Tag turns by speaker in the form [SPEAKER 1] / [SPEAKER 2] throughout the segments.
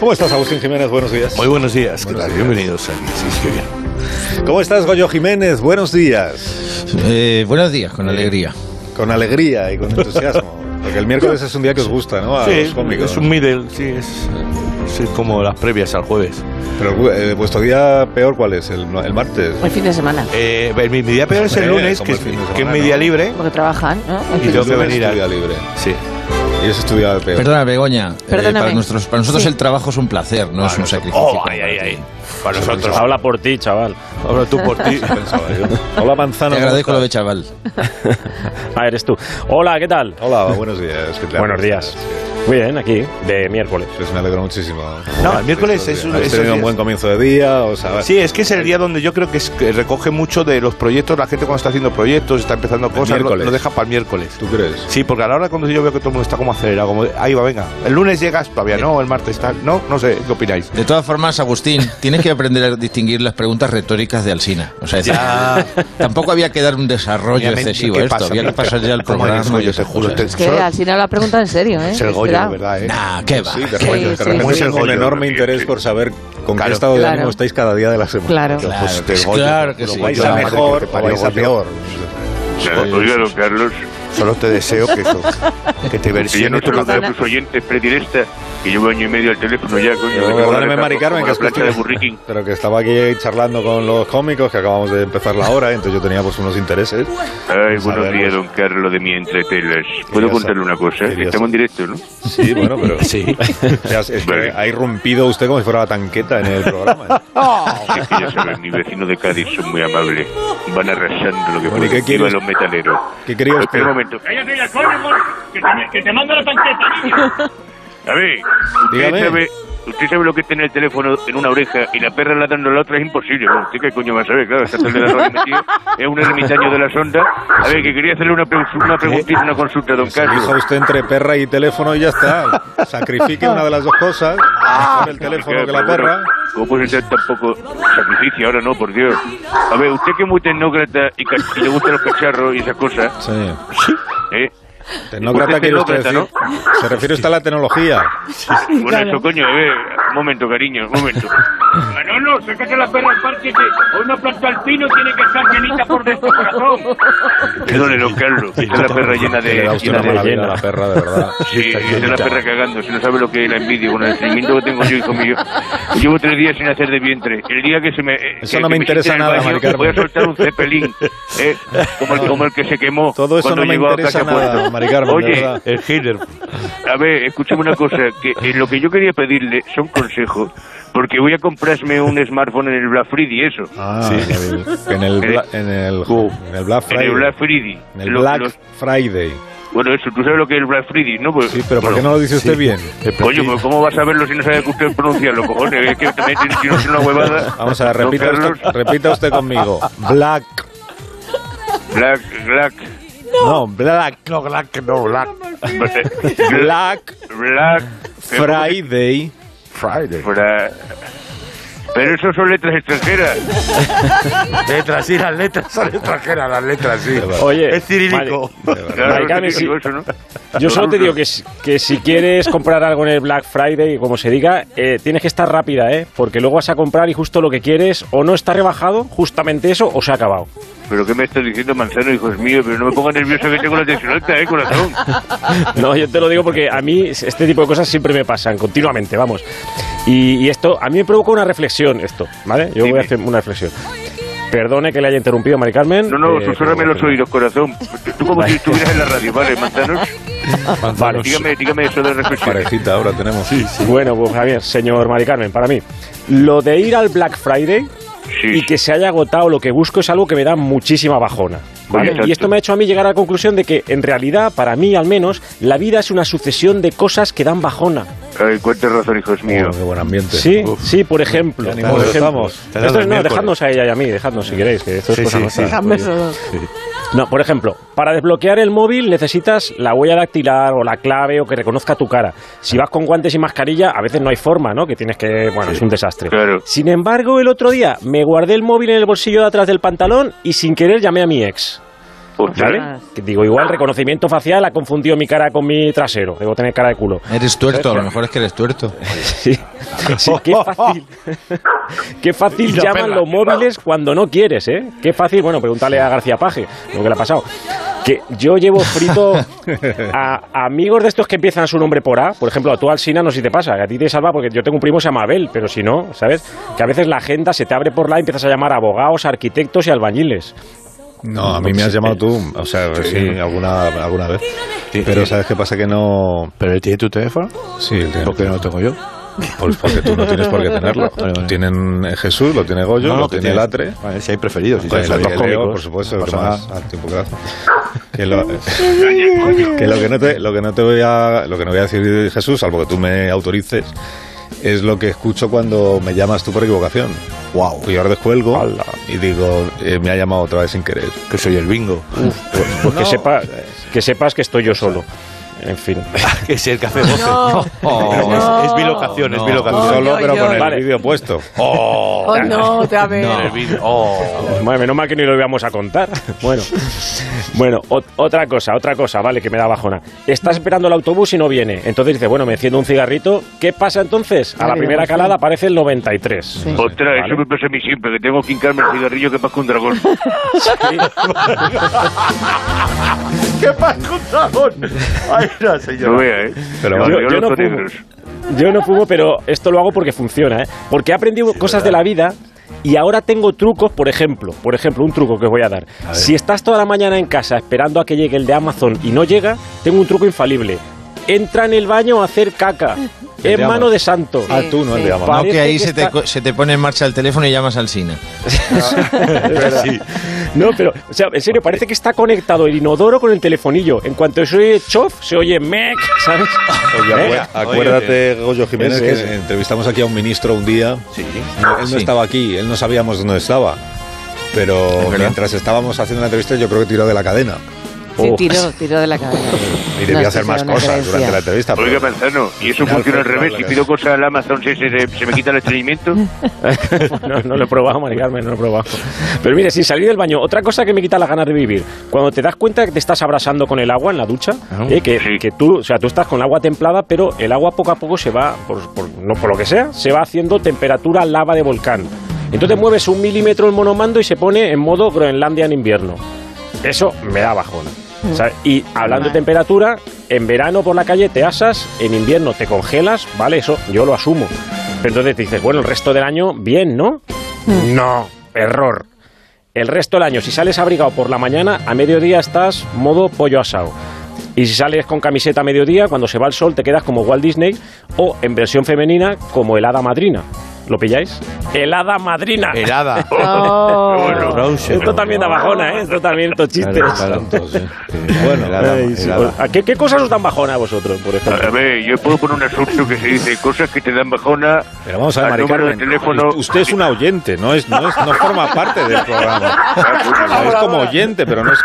[SPEAKER 1] ¿Cómo estás, Agustín Jiménez? Buenos días.
[SPEAKER 2] Muy buenos días. ¿Qué tal? Bienvenidos aquí. Sí, sí, bien.
[SPEAKER 1] ¿Cómo estás, Goyo Jiménez? Buenos días.
[SPEAKER 3] Eh, buenos días, con alegría.
[SPEAKER 1] Con alegría y con entusiasmo. Porque el miércoles es un día que os gusta, ¿no? A los cómicos.
[SPEAKER 2] Ah, es un middle, sí, es, sí, es como las previas al jueves.
[SPEAKER 1] Pero eh, vuestro día peor, ¿cuál es? El, el martes.
[SPEAKER 4] El fin de semana.
[SPEAKER 2] Eh, mi, mi día peor es el
[SPEAKER 1] Como
[SPEAKER 2] lunes,
[SPEAKER 1] el
[SPEAKER 2] que, es-
[SPEAKER 1] fin de semana,
[SPEAKER 2] que es mi día
[SPEAKER 1] ¿no?
[SPEAKER 2] libre.
[SPEAKER 4] Porque trabajan, ¿no? El
[SPEAKER 2] Y
[SPEAKER 4] fin
[SPEAKER 2] tengo
[SPEAKER 4] de
[SPEAKER 1] El
[SPEAKER 2] que
[SPEAKER 4] semana.
[SPEAKER 1] lunes
[SPEAKER 2] venir
[SPEAKER 1] es tu día
[SPEAKER 2] aquí.
[SPEAKER 1] libre.
[SPEAKER 2] Sí.
[SPEAKER 1] Y es tu día peor.
[SPEAKER 3] Perdona, Begoña. eh,
[SPEAKER 4] Perdóname.
[SPEAKER 3] para, nuestros- para nosotros
[SPEAKER 4] Sí.
[SPEAKER 3] el trabajo es un placer, no es un sacrificio.
[SPEAKER 2] Oh, ay, ay, ay. Para nosotros. Habla,
[SPEAKER 5] Habla por ti, chaval.
[SPEAKER 2] habla tú por ti.
[SPEAKER 1] Pensaba yo. Hola,
[SPEAKER 3] Te
[SPEAKER 1] Manzano.
[SPEAKER 3] agradezco lo
[SPEAKER 1] ¿cómo
[SPEAKER 3] de chaval.
[SPEAKER 5] Ah, eres tú. Hola, ¿qué tal?
[SPEAKER 1] estás? Hola, buenos días. ¿Qué tal?
[SPEAKER 5] Buenos días. Muy bien, aquí, de miércoles.
[SPEAKER 1] Pues me alegro muchísimo.
[SPEAKER 2] No, el miércoles es un-
[SPEAKER 1] Habéis
[SPEAKER 2] es
[SPEAKER 1] tenido
[SPEAKER 2] un
[SPEAKER 1] un
[SPEAKER 2] día-
[SPEAKER 1] buen comienzo de día, o sea,
[SPEAKER 2] Sí, es que es el día donde yo creo que, es- que recoge mucho de los proyectos. La gente cuando está haciendo proyectos, está empezando cosas, lo,
[SPEAKER 1] miércoles.
[SPEAKER 2] lo deja para el miércoles.
[SPEAKER 1] ¿tú crees?
[SPEAKER 2] Sí, porque a la hora de conducir yo veo que todo el mundo está como acelerado, como de, ahí va, venga. El lunes llegas todavía, no, el martes tal, no, no sé, ¿qué opináis?
[SPEAKER 3] De todas formas, Agustín, tienes que aprender a distinguir las preguntas retóricas de Alsina. O sea,
[SPEAKER 2] Ya.
[SPEAKER 3] tampoco había que dar un desarrollo
[SPEAKER 2] Obviamente,
[SPEAKER 3] excesivo a
[SPEAKER 2] ¿qué
[SPEAKER 3] esto.
[SPEAKER 2] pasa?
[SPEAKER 3] había que pasar ya al
[SPEAKER 2] ¿Cómo
[SPEAKER 3] programa.
[SPEAKER 2] eres, Goyo?
[SPEAKER 3] y esas
[SPEAKER 2] Te juro,
[SPEAKER 3] cosas.
[SPEAKER 2] te-
[SPEAKER 4] Que
[SPEAKER 2] Solo-
[SPEAKER 4] al final la pregunta en serio, ¿eh?
[SPEAKER 2] Es el Goyo,
[SPEAKER 4] Espera.
[SPEAKER 2] de verdad, ¿eh?
[SPEAKER 3] Nah, qué va.
[SPEAKER 1] Sí, de
[SPEAKER 4] Sí,
[SPEAKER 1] repente,
[SPEAKER 4] sí,
[SPEAKER 1] de repente
[SPEAKER 4] sí.
[SPEAKER 1] tengo
[SPEAKER 2] Muy
[SPEAKER 1] un
[SPEAKER 2] orgullo.
[SPEAKER 1] enorme interés por saber con qué
[SPEAKER 2] Claro.
[SPEAKER 1] estado de
[SPEAKER 4] Claro.
[SPEAKER 1] ánimo estáis cada día de la semana.
[SPEAKER 4] Claro.
[SPEAKER 3] Claro,
[SPEAKER 2] Pues te
[SPEAKER 3] es-
[SPEAKER 2] Goyo,
[SPEAKER 3] claro
[SPEAKER 2] te
[SPEAKER 3] que
[SPEAKER 2] lo
[SPEAKER 3] sí.
[SPEAKER 1] Vais
[SPEAKER 2] Goyo,
[SPEAKER 1] a
[SPEAKER 2] la madre
[SPEAKER 1] mejor
[SPEAKER 2] que te
[SPEAKER 1] o
[SPEAKER 2] parió,
[SPEAKER 1] vais a
[SPEAKER 2] Goyo.
[SPEAKER 1] peor.
[SPEAKER 6] Oiga, don Carlos,
[SPEAKER 2] Solo te deseo que eso, que te
[SPEAKER 6] que ya
[SPEAKER 2] versiones
[SPEAKER 6] no son
[SPEAKER 2] tu
[SPEAKER 6] los de
[SPEAKER 4] Perdona.
[SPEAKER 6] tus oyentes predilecta, que llevo año y medio al teléfono ya, coño.
[SPEAKER 1] Pero
[SPEAKER 6] que me
[SPEAKER 1] Perdóname,
[SPEAKER 6] agarra
[SPEAKER 1] Mari
[SPEAKER 6] como
[SPEAKER 1] Carmen,
[SPEAKER 6] la
[SPEAKER 1] que es que
[SPEAKER 6] plancha de
[SPEAKER 1] estoy-
[SPEAKER 6] burriquín.
[SPEAKER 1] pero que estaba aquí charlando con los cómicos, que acabamos de empezar la hora, entonces yo tenía pues unos intereses.
[SPEAKER 6] Ay, buenos
[SPEAKER 1] Sabemos.
[SPEAKER 6] días, don Carlos, de mi entretelas. ¿Puedo
[SPEAKER 1] Quería
[SPEAKER 6] contarle
[SPEAKER 1] saber-
[SPEAKER 6] una cosa? eh?
[SPEAKER 1] quería
[SPEAKER 6] Estamos en directo, ¿no?
[SPEAKER 1] Sí, bueno, pero... Sí. es que
[SPEAKER 6] Vale.
[SPEAKER 1] ha irrumpido usted como si fuera la tanqueta en el programa.
[SPEAKER 6] Es que ya saben, mis vecinos de Cádiz son muy amables. Van arrasando lo que
[SPEAKER 1] Bueno, ¿y qué
[SPEAKER 6] pueden. Viva
[SPEAKER 1] quieres?
[SPEAKER 6] los metaleros.
[SPEAKER 1] ¿Qué quería
[SPEAKER 6] Espera
[SPEAKER 1] usted?
[SPEAKER 6] un momento.
[SPEAKER 7] Cállate ya, coño, mono, que te, que te mando la tanqueta, niño.
[SPEAKER 6] A ver,
[SPEAKER 1] Dígame.
[SPEAKER 6] usted sabe, usted sabe lo que es tener el teléfono en una oreja y la perra ladrando en la otra es imposible. ¿no? ¿Usted qué coño va a saber? Claro, está todo el de la radio metido. Es un ermitaño de la sonda. A ver, que quería hacerle una, pre- una preguntita, una consulta, don
[SPEAKER 1] Elija
[SPEAKER 6] Carlos.
[SPEAKER 1] usted entre perra y teléfono y ya está. Sacrifique una de las dos cosas, mejor el teléfono que la
[SPEAKER 6] Pero bueno,
[SPEAKER 1] perra.
[SPEAKER 6] ¿Cómo puede ser tampoco sacrificio? Ahora no, por Dios. A ver, usted que es muy tecnócrata y, ca- y le gustan los cacharros y esas cosas,
[SPEAKER 1] Sí.
[SPEAKER 6] ¿eh?
[SPEAKER 1] Tecnócrata
[SPEAKER 6] Usted
[SPEAKER 1] quiere usted
[SPEAKER 6] tecnócrata,
[SPEAKER 1] decir. Se refiere usted a la tecnología.
[SPEAKER 6] Bueno, eso coño, a ver, un momento, cariño, un momento.
[SPEAKER 7] Manolo, sácate la perra al parque que hoy una planta alpino tiene que estar llenita por dentro, corazón.
[SPEAKER 6] Perdone, don Carlos, que está la perra llena
[SPEAKER 1] Que le da
[SPEAKER 6] de...
[SPEAKER 1] usted
[SPEAKER 6] llena
[SPEAKER 1] una
[SPEAKER 6] de-
[SPEAKER 1] mala vida a la perra, de verdad.
[SPEAKER 6] Sí, es la perra cagando, si no sabe lo que es la envidia con el sentimiento que tengo yo, hijo mío. Llevo tres días sin hacer de vientre. El día que se me. eh,
[SPEAKER 1] Eso
[SPEAKER 6] que-
[SPEAKER 1] no me
[SPEAKER 6] que
[SPEAKER 1] interesa
[SPEAKER 6] siente en
[SPEAKER 1] nada,
[SPEAKER 6] el baño,
[SPEAKER 1] Mari Carmen.
[SPEAKER 6] Voy a soltar un cepelín, eh, como, el, como el que se quemó.
[SPEAKER 1] Todo eso
[SPEAKER 6] cuando
[SPEAKER 1] no me
[SPEAKER 6] llegó a
[SPEAKER 1] interesa
[SPEAKER 6] Caja
[SPEAKER 1] nada,
[SPEAKER 6] Puerto.
[SPEAKER 1] Mari Carmen, de
[SPEAKER 6] Oye,
[SPEAKER 1] verdad.
[SPEAKER 2] El Hitler.
[SPEAKER 6] a ver, escúchame una cosa, que eh, lo que yo quería pedirle son consejos, porque voy a comprarme un smartphone en el Black Friday, eso.
[SPEAKER 1] Ah, ya vi. En el, Bla- en, el, en el Black
[SPEAKER 6] En
[SPEAKER 1] Friday.
[SPEAKER 6] el Black Friday.
[SPEAKER 1] En el
[SPEAKER 6] Los-
[SPEAKER 1] Black
[SPEAKER 6] los-
[SPEAKER 1] Friday.
[SPEAKER 6] bueno, eso, tú sabes lo que es el Black Friday, ¿no? Pues-
[SPEAKER 1] Sí, pero ¿por qué no lo dice usted bien?
[SPEAKER 6] Coño, pues ¿cómo vas a verlo si no sabes que usted pronuncia los cojones? Es que también tiene- si no es una huevada.
[SPEAKER 1] Vamos a ver,
[SPEAKER 6] Don
[SPEAKER 1] repita
[SPEAKER 6] Carlos,
[SPEAKER 1] usted, repita usted conmigo. Black.
[SPEAKER 6] Black, black,
[SPEAKER 1] No, Black.
[SPEAKER 2] No, Black, no, Black
[SPEAKER 6] black,
[SPEAKER 1] Black
[SPEAKER 6] black,
[SPEAKER 1] Friday.
[SPEAKER 2] Friday.
[SPEAKER 6] fra- Pero eso son letras extranjeras.
[SPEAKER 2] Letras, sí, las letras son extranjeras, las letras, sí.
[SPEAKER 5] Oye,
[SPEAKER 2] Es cirílico.
[SPEAKER 6] Claro,
[SPEAKER 5] Mari Carmen,
[SPEAKER 6] yo te digo
[SPEAKER 5] sí.
[SPEAKER 6] eso, ¿no?
[SPEAKER 5] yo solo te digo que, si- que si quieres comprar algo en el Black Friday, como se diga, eh, tienes que estar rápida, ¿eh? Porque luego vas a comprar y justo lo que quieres o no está rebajado, justamente eso, o se ha acabado.
[SPEAKER 6] Pero ¿qué me estás diciendo, Manzano, hijos míos? Pero no me pongas nervioso que tengo la tensión alta, ¿eh, corazón?
[SPEAKER 5] No, yo te lo digo porque a mí este tipo de cosas siempre me pasan, continuamente, vamos. Y, y esto, a mí me provoca una reflexión, esto, ¿vale? Yo voy
[SPEAKER 6] Dime.
[SPEAKER 5] a hacer una reflexión. Perdone que le haya interrumpido, Mari Carmen.
[SPEAKER 6] No, no,
[SPEAKER 5] eh,
[SPEAKER 6] susúrrame
[SPEAKER 5] pero-
[SPEAKER 6] los oídos, corazón. Tú como si estuvieras en la radio, ¿vale, Manzanos?
[SPEAKER 5] Vale,
[SPEAKER 6] Dígame, dígame eso de reflexión.
[SPEAKER 1] Parejita ahora tenemos.
[SPEAKER 5] Bueno, pues a ver, señor Mari Carmen, para mí, lo de ir al Black Friday
[SPEAKER 6] Sí,
[SPEAKER 5] y que se haya agotado lo que busco es algo que me da muchísima bajona. ¿vale?
[SPEAKER 6] Exacto.
[SPEAKER 5] Y esto me ha hecho a mí llegar a la conclusión de que, en realidad, para mí al menos, la vida es una sucesión de cosas que dan bajona.
[SPEAKER 6] Ay, cuánta razón, hijos
[SPEAKER 1] Oh,
[SPEAKER 6] míos.
[SPEAKER 1] qué buen ambiente.
[SPEAKER 5] Sí, sí, por ejemplo.
[SPEAKER 1] Ya ni modo,
[SPEAKER 5] por ejemplo.
[SPEAKER 1] estamos.
[SPEAKER 2] Te das
[SPEAKER 5] Esto
[SPEAKER 2] el
[SPEAKER 5] es- no,
[SPEAKER 2] miércoles.
[SPEAKER 5] dejadnos a ella y a mí, dejadnos si queréis, que esto es
[SPEAKER 2] Sí,
[SPEAKER 5] cosa
[SPEAKER 2] sí,
[SPEAKER 5] nuestra.
[SPEAKER 2] sí.
[SPEAKER 4] Dejadme solo.
[SPEAKER 5] No, por ejemplo, para desbloquear el móvil necesitas la huella dactilar o la clave o que reconozca tu cara. Si vas con guantes y mascarilla, a veces no hay forma, ¿no? Que tienes que... Bueno, es un desastre.
[SPEAKER 6] Claro.
[SPEAKER 5] Sin embargo, el otro día me guardé el móvil en el bolsillo de atrás del pantalón y sin querer llamé a mi ex.
[SPEAKER 6] ¿Vale?
[SPEAKER 4] Ah,
[SPEAKER 5] Que Digo, igual reconocimiento facial ha confundido mi cara con mi trasero. Debo tener cara de culo.
[SPEAKER 3] Eres tuerto, a lo mejor es que eres tuerto.
[SPEAKER 5] Sí, Sí, qué fácil. qué fácil
[SPEAKER 2] la
[SPEAKER 5] llaman
[SPEAKER 2] perla.
[SPEAKER 5] los móviles cuando no quieres, ¿eh? Qué fácil. Bueno, pregúntale a García Paje lo que le ha pasado. Que yo llevo frito a, a amigos de estos que empiezan su nombre por A. Por ejemplo, a tú, Alsina, no sé si te pasa. que A ti te salva porque yo tengo un primo que se llama Abel, pero si no, ¿sabes? Que a veces la agenda se te abre por la y empiezas a llamar a abogados, arquitectos y albañiles.
[SPEAKER 1] No, a mí me has llamado tú, o sea, sí, alguna, alguna vez. Pero ¿sabes qué pasa? Que no...
[SPEAKER 2] ¿Pero él tiene tu teléfono?
[SPEAKER 1] Sí, el tema-
[SPEAKER 2] ¿Por qué no lo tengo yo?
[SPEAKER 1] Pues porque tú no tienes por qué tenerlo.
[SPEAKER 2] Vale, vale.
[SPEAKER 1] Tienen eh, Jesús, lo tiene Goyo, lo
[SPEAKER 2] que
[SPEAKER 1] tiene Latre.
[SPEAKER 2] Vale, si hay preferidos. Si
[SPEAKER 1] Pues
[SPEAKER 2] son
[SPEAKER 1] el
[SPEAKER 2] los
[SPEAKER 1] que leo,
[SPEAKER 2] cómicos,
[SPEAKER 1] por supuesto,
[SPEAKER 2] no
[SPEAKER 1] el que
[SPEAKER 2] pasa
[SPEAKER 1] más
[SPEAKER 2] nada.
[SPEAKER 1] al tiempo que hace. Que lo, que lo que no te, lo que no te voy a, lo que no voy a decir Jesús, salvo que tú me autorices, es lo que escucho cuando me llamas tú por equivocación.
[SPEAKER 2] Guau.
[SPEAKER 1] Y ahora descuelgo
[SPEAKER 5] Hala.
[SPEAKER 1] y digo, eh, me ha llamado otra vez sin querer.
[SPEAKER 2] Que soy el bingo.
[SPEAKER 5] Pues que,
[SPEAKER 1] No.
[SPEAKER 5] sepa, que sepas que estoy yo solo. En fin.
[SPEAKER 2] que es el café voces.
[SPEAKER 4] No. No.
[SPEAKER 2] Es, es bilocación, es
[SPEAKER 3] No.
[SPEAKER 2] bilocación.
[SPEAKER 4] Oh,
[SPEAKER 1] Solo,
[SPEAKER 4] yo,
[SPEAKER 1] pero
[SPEAKER 4] yo.
[SPEAKER 1] con el
[SPEAKER 5] Vale.
[SPEAKER 1] vídeo puesto.
[SPEAKER 2] Oh.
[SPEAKER 4] Oh, no, otra vez.
[SPEAKER 2] Con el vídeo. Oh.
[SPEAKER 5] Pues, Madre, menos mal que ni lo íbamos a contar. Bueno, bueno ot- otra cosa, otra cosa, vale, que me da bajona. Estás esperando el autobús y no viene. Entonces dices, bueno, me enciendo un cigarrito. ¿Qué pasa entonces? A la
[SPEAKER 4] Ay,
[SPEAKER 5] primera
[SPEAKER 4] Dios.
[SPEAKER 5] calada aparece el 93.
[SPEAKER 6] Ostras,
[SPEAKER 5] Vale.
[SPEAKER 6] eso me pasa a mí siempre, que tengo que hincarme el cigarrillo que pasa con un dragón.
[SPEAKER 2] ¿Qué pasa con dragón? Ay, no,
[SPEAKER 6] No
[SPEAKER 2] señor.
[SPEAKER 6] vea, ¿eh?
[SPEAKER 1] Pero
[SPEAKER 6] Yo-
[SPEAKER 1] vale.
[SPEAKER 6] yo,
[SPEAKER 5] Yo- yo
[SPEAKER 6] los
[SPEAKER 5] no fumo.
[SPEAKER 6] negros.
[SPEAKER 5] Yo no fumo, pero esto lo hago porque funciona, ¿eh? Porque he aprendido cosas de la vida y ahora tengo trucos, por ejemplo, por ejemplo, un truco que os voy a dar. si estás toda la mañana en casa esperando a que llegue el de Amazon y no llega, tengo un truco infalible. Entra en el baño a hacer caca.
[SPEAKER 1] de
[SPEAKER 5] En mano
[SPEAKER 1] Amazon.
[SPEAKER 5] de santo.
[SPEAKER 1] Ah, tú no
[SPEAKER 4] Sí,
[SPEAKER 1] el
[SPEAKER 4] sí.
[SPEAKER 1] de Amazon.
[SPEAKER 3] No,
[SPEAKER 5] Parece
[SPEAKER 3] que ahí
[SPEAKER 5] que
[SPEAKER 3] se, te,
[SPEAKER 5] está-
[SPEAKER 3] co- se te pone en marcha el teléfono y llamas al Sina.
[SPEAKER 2] Sí.
[SPEAKER 5] No, pero, o sea, en serio, parece que está conectado el inodoro con el telefonillo. En cuanto se oye chof, se oye mec, ¿sabes?
[SPEAKER 1] Oye, acu-
[SPEAKER 2] Venga,
[SPEAKER 1] acuérdate, Goyo Jiménez,
[SPEAKER 5] Ese,
[SPEAKER 1] que
[SPEAKER 5] ese.
[SPEAKER 1] entrevistamos aquí a un ministro un día. No, él no
[SPEAKER 3] Sí.
[SPEAKER 1] estaba aquí, él no sabíamos dónde estaba. Pero
[SPEAKER 3] verdad.
[SPEAKER 1] mientras estábamos haciendo la entrevista, yo creo que tiró de la cadena.
[SPEAKER 4] Sí,
[SPEAKER 5] Oh.
[SPEAKER 4] tiro, tiro de la cadena.
[SPEAKER 1] Y
[SPEAKER 4] No,
[SPEAKER 1] debía
[SPEAKER 4] esto
[SPEAKER 1] hacer más
[SPEAKER 4] será una
[SPEAKER 1] cosas
[SPEAKER 4] creencia.
[SPEAKER 1] durante la entrevista. pero-
[SPEAKER 6] Oiga, Manzano, ¿y eso
[SPEAKER 1] Al final
[SPEAKER 6] funciona al
[SPEAKER 1] fue
[SPEAKER 6] revés?
[SPEAKER 1] la
[SPEAKER 6] Si
[SPEAKER 1] que-
[SPEAKER 6] pido cosas al Amazon, ¿se, se, se me quita el estreñimiento?
[SPEAKER 5] No, no lo he probado, Mari Carmen, no lo he probado. Pero mire, sin salir del baño, otra cosa que me quita las ganas de vivir. Cuando te das cuenta que te estás abrazando con el agua en la ducha, eh, que,
[SPEAKER 6] Sí.
[SPEAKER 5] que tú, o sea, tú estás con el agua templada, pero el agua poco a poco se va, por, por- no, por lo que sea, se va haciendo temperatura lava de volcán. Entonces mueves un milímetro el monomando y se pone en modo Groenlandia en invierno. Eso me da bajona. O sea, Y hablando de
[SPEAKER 4] Vale.
[SPEAKER 5] temperatura, en verano por la calle te asas, en invierno te congelas, ¿vale? Eso yo lo asumo. Pero entonces te dices, bueno, el resto del año, bien, ¿no? No, error. El resto del año, si sales abrigado por la mañana, a mediodía estás modo pollo asado. Y si sales con camiseta a mediodía, cuando se va el sol te quedas como Walt Disney o en versión femenina como el hada madrina. ¿Lo pilláis? ¡El hada madrina!
[SPEAKER 2] Helada.
[SPEAKER 4] Oh.
[SPEAKER 6] Bueno,
[SPEAKER 5] Esto también da bajona, ¿eh? Esto también, estos chistes.
[SPEAKER 2] Bueno, helada,
[SPEAKER 5] Ay, sí.
[SPEAKER 2] helada.
[SPEAKER 5] ¿A qué, qué cosas os dan bajona a vosotros, por
[SPEAKER 6] A a
[SPEAKER 5] ejemplo?
[SPEAKER 6] ver, yo puedo poner un asunto que se dice cosas que te dan bajona.
[SPEAKER 1] Pero vamos a ver,
[SPEAKER 6] al
[SPEAKER 1] Mari
[SPEAKER 6] número de
[SPEAKER 1] Carmen,
[SPEAKER 6] teléfono.
[SPEAKER 1] usted es una oyente, no es, no es, no forma parte del programa.
[SPEAKER 6] Ah, bueno,
[SPEAKER 1] O sea, es como oyente, pero no es.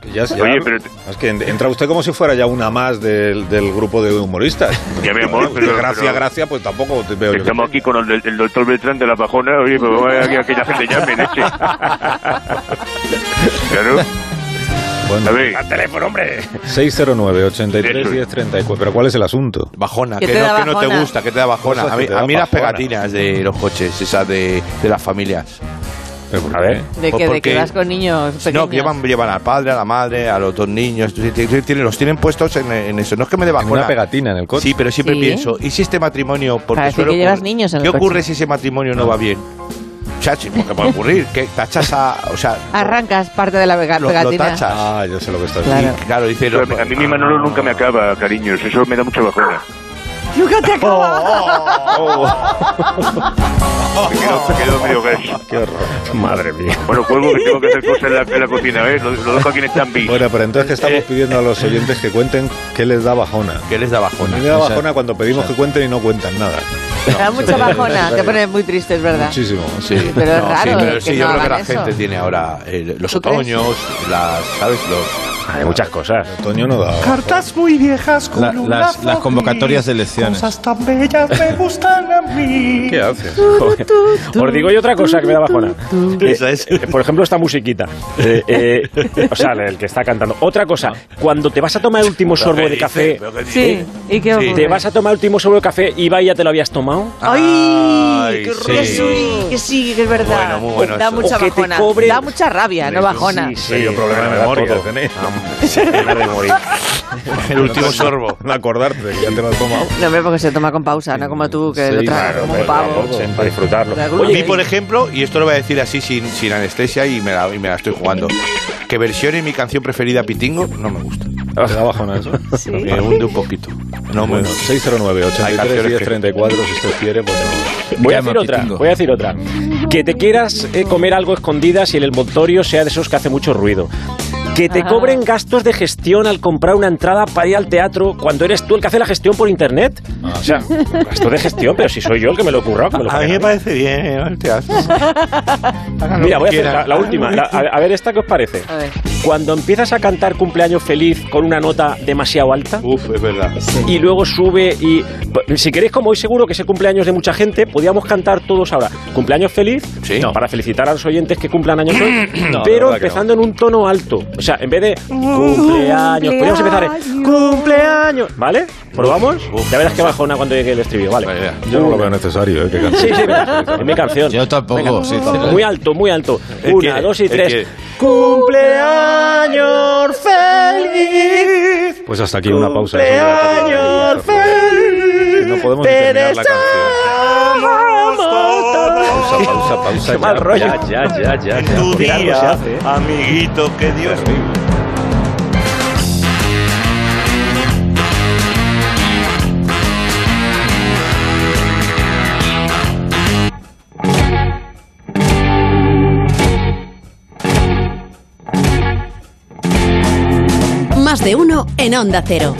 [SPEAKER 1] que ya- ya-
[SPEAKER 6] Oye, pero-
[SPEAKER 1] es que en- entra usted como si fuera ya una más del, del grupo de humoristas.
[SPEAKER 6] Ya, mi amor, pero-
[SPEAKER 1] gracia,
[SPEAKER 6] pero-
[SPEAKER 1] gracia, pues tampoco te veo yo. que-
[SPEAKER 6] Estamos aquí con el, el doctor Beltrán de la Bajona. Oye, pues vamos a ver a que la gente llame, leche. Claro.
[SPEAKER 1] Bueno,
[SPEAKER 6] A ver,
[SPEAKER 5] Al teléfono, hombre!
[SPEAKER 1] 609 83
[SPEAKER 6] Eso.
[SPEAKER 1] 10 34 Pero ¿cuál es el asunto?
[SPEAKER 2] Bajona,
[SPEAKER 4] ¿Qué
[SPEAKER 2] que,
[SPEAKER 4] te
[SPEAKER 2] no,
[SPEAKER 4] da
[SPEAKER 2] que no te
[SPEAKER 4] bajona?
[SPEAKER 2] gusta, que te da bajona. A
[SPEAKER 1] Cosas que
[SPEAKER 2] mí,
[SPEAKER 1] te da
[SPEAKER 2] a mí las
[SPEAKER 1] bajona.
[SPEAKER 2] pegatinas de los coches, esas de, de las familias.
[SPEAKER 1] Pero, ¿por
[SPEAKER 5] A
[SPEAKER 1] qué?
[SPEAKER 5] ver.
[SPEAKER 4] De que, de
[SPEAKER 2] Porque-
[SPEAKER 4] que vas con niños pequeños.
[SPEAKER 2] No, llevan, llevan al padre, a la madre, a los dos niños. t- t- t- tienen- los tienen puestos en, en eso. No es que me dé
[SPEAKER 1] En
[SPEAKER 2] bajona.
[SPEAKER 1] una pegatina en el coche.
[SPEAKER 2] Sí, pero siempre
[SPEAKER 4] Sí.
[SPEAKER 2] pienso, ¿y si este matrimonio... Porque
[SPEAKER 4] Parece
[SPEAKER 2] suele
[SPEAKER 4] que
[SPEAKER 2] ocurrir-
[SPEAKER 4] llevas niños en el
[SPEAKER 2] ¿Qué
[SPEAKER 4] coche.
[SPEAKER 2] ocurre si ese matrimonio no va bien? O sea, sí, porque puede ocurrir. Que tachas a... O sea,
[SPEAKER 4] Arrancas parte de la vega-
[SPEAKER 2] lo, lo
[SPEAKER 4] pegatina.
[SPEAKER 2] tachas.
[SPEAKER 1] Ah, yo sé lo que estás
[SPEAKER 4] Claro.
[SPEAKER 1] diciendo.
[SPEAKER 2] Y, claro, dice...
[SPEAKER 6] pero a mí- a mí
[SPEAKER 2] Ah.
[SPEAKER 6] mi Manolo nunca me acaba, cariños. Eso me da mucha bajona.
[SPEAKER 4] Nunca te acabas.
[SPEAKER 2] Oh,
[SPEAKER 6] Me quedo, me quedo medio gas.
[SPEAKER 1] Qué horror.
[SPEAKER 5] Madre mía.
[SPEAKER 6] Bueno, cuelgo que tengo que hacer cosas en la, en la cocina, ¿eh? Lo, lo dejo aquí en stand-by.
[SPEAKER 1] Bueno, pero entonces que estamos pidiendo a los oyentes que cuenten qué les da bajona.
[SPEAKER 2] ¿Qué les da
[SPEAKER 1] A
[SPEAKER 2] bajona?
[SPEAKER 1] mí me da
[SPEAKER 3] O sea,
[SPEAKER 1] bajona cuando pedimos que cuenten y no cuentan nada.
[SPEAKER 4] Me da mucha bajona, te pones muy triste, es verdad.
[SPEAKER 1] Muchísimo.
[SPEAKER 2] Sí,
[SPEAKER 4] Pero es raro ¿eh?
[SPEAKER 2] sí, pero
[SPEAKER 4] que
[SPEAKER 2] sí,
[SPEAKER 4] no
[SPEAKER 2] yo creo que la
[SPEAKER 4] hagan eso.
[SPEAKER 2] gente tiene ahora eh, los
[SPEAKER 4] ¿Tú crees?
[SPEAKER 2] otoños, las, ¿sabes? Los,
[SPEAKER 5] Hay muchas cosas.
[SPEAKER 1] Otoño no da.
[SPEAKER 8] Cartas muy viejas con
[SPEAKER 3] La-
[SPEAKER 8] un
[SPEAKER 3] las-
[SPEAKER 8] lazo
[SPEAKER 3] las
[SPEAKER 8] gris.
[SPEAKER 3] convocatorias de elecciones.
[SPEAKER 8] Cosas tan bellas me gustan a mí.
[SPEAKER 1] ¿Qué haces?
[SPEAKER 5] Joder. Os digo yo otra cosa que me da bajona. Eh,
[SPEAKER 2] Esa es.
[SPEAKER 5] eh, Por ejemplo, esta musiquita. Eh, eh, o sea, el que está cantando. Otra cosa, cuando te vas a tomar el último sorbo de café,
[SPEAKER 4] Sí, ¿y qué ocurre?
[SPEAKER 5] te vas a tomar el último sorbo de café y va y ya te lo habías tomado.
[SPEAKER 4] ¡Ay!
[SPEAKER 2] Ay,
[SPEAKER 4] ¡Qué
[SPEAKER 2] sí.
[SPEAKER 4] sí. que sí, que es verdad!
[SPEAKER 2] Bueno, muy bueno
[SPEAKER 4] da
[SPEAKER 2] eso.
[SPEAKER 4] mucha
[SPEAKER 5] O que te
[SPEAKER 4] bajona.
[SPEAKER 5] cobre-
[SPEAKER 4] Da mucha rabia, no bajona.
[SPEAKER 5] Sí, sí,
[SPEAKER 1] Serio problema de
[SPEAKER 5] bueno,
[SPEAKER 1] memoria
[SPEAKER 5] todo.
[SPEAKER 1] tenéis.
[SPEAKER 5] Sí, ganas de morir.
[SPEAKER 2] el último sorbo.
[SPEAKER 1] No acordarte que ya te lo has tomado.
[SPEAKER 4] No, hombre, porque se toma con pausa, no como tú, que lo
[SPEAKER 1] Sí,
[SPEAKER 4] traes
[SPEAKER 1] claro,
[SPEAKER 4] como un
[SPEAKER 1] pero
[SPEAKER 4] pavo.
[SPEAKER 1] tampoco.
[SPEAKER 5] Para disfrutarlo.
[SPEAKER 4] De alguna
[SPEAKER 2] Oye, eh, a mí,
[SPEAKER 4] manera.
[SPEAKER 2] por ejemplo, y esto lo voy a decir así sin, sin anestesia y me, la, y me la estoy jugando, que versione mi canción preferida Pitingo no me gusta.
[SPEAKER 1] Te da bajona eso.
[SPEAKER 4] Sí.
[SPEAKER 2] Me hunde un poquito. No me
[SPEAKER 1] Bueno, 609
[SPEAKER 2] Hay
[SPEAKER 1] 83
[SPEAKER 2] canciones
[SPEAKER 1] 10
[SPEAKER 2] que-
[SPEAKER 1] 34 si usted quiere, pues no.
[SPEAKER 5] Voy a
[SPEAKER 3] Llama,
[SPEAKER 5] decir otra,
[SPEAKER 3] Pitingo.
[SPEAKER 5] voy a decir otra. Que te quieras eh, comer algo escondidas y el envoltorio sea de esos que hace mucho ruido. Que te
[SPEAKER 4] Ajá.
[SPEAKER 5] cobren gastos de gestión al comprar una entrada para ir al teatro cuando eres tú el que hace la gestión por internet. O sea, gastos de gestión, pero si soy yo el que me lo ocurra.
[SPEAKER 2] Ah, A mí me parece bien ¿eh? el teatro. Hagan lo que
[SPEAKER 5] Mira, voy a hacer
[SPEAKER 2] quieran.
[SPEAKER 5] la, la última. La- a, a ver, ¿esta qué os parece?
[SPEAKER 4] A ver.
[SPEAKER 5] Cuando empiezas a cantar cumpleaños feliz con una nota demasiado alta
[SPEAKER 2] Uf, es verdad.
[SPEAKER 5] y luego sube y... Si queréis, como hoy seguro que es el cumpleaños de mucha gente, podíamos cantar todos ahora. Cumpleaños feliz
[SPEAKER 2] Sí.
[SPEAKER 5] para felicitar a los oyentes que cumplan años hoy,
[SPEAKER 1] No, de
[SPEAKER 5] pero
[SPEAKER 1] verdad que
[SPEAKER 5] empezando en un tono alto. O sea, en vez de cumpleaños, podríamos empezar en cumpleaños. ¿Vale? ¿Probamos?
[SPEAKER 2] Uf.
[SPEAKER 5] Ya verás que bajona cuando llegue el estribillo, ¿vale?
[SPEAKER 2] Vale, ya.
[SPEAKER 1] Yo no lo veo necesario, ¿eh? Que
[SPEAKER 5] Sí,
[SPEAKER 1] canción.
[SPEAKER 5] sí, es mi canción.
[SPEAKER 3] Yo tampoco, sinceramente.
[SPEAKER 5] Muy alto, muy alto.
[SPEAKER 2] Él
[SPEAKER 5] Una,
[SPEAKER 2] quiere,
[SPEAKER 5] dos y
[SPEAKER 2] él
[SPEAKER 5] tres.
[SPEAKER 2] quiere.
[SPEAKER 5] ¡Cumpleaños feliz!
[SPEAKER 1] Pues hasta aquí una pausa. ¿eh?
[SPEAKER 5] ¡Cumpleaños
[SPEAKER 1] Que No podemos ni terminar la canción.
[SPEAKER 5] ¡Vamos!
[SPEAKER 1] Pausa, pausa, pausa.
[SPEAKER 5] Qué mal
[SPEAKER 1] ya,
[SPEAKER 5] rollo.
[SPEAKER 1] Ya, ya, ya, ya. ya.
[SPEAKER 2] Tu
[SPEAKER 5] Porque algo se
[SPEAKER 2] día,
[SPEAKER 5] hace, ¿eh?
[SPEAKER 2] amiguito, que Dios
[SPEAKER 9] Más de uno en Onda Cero.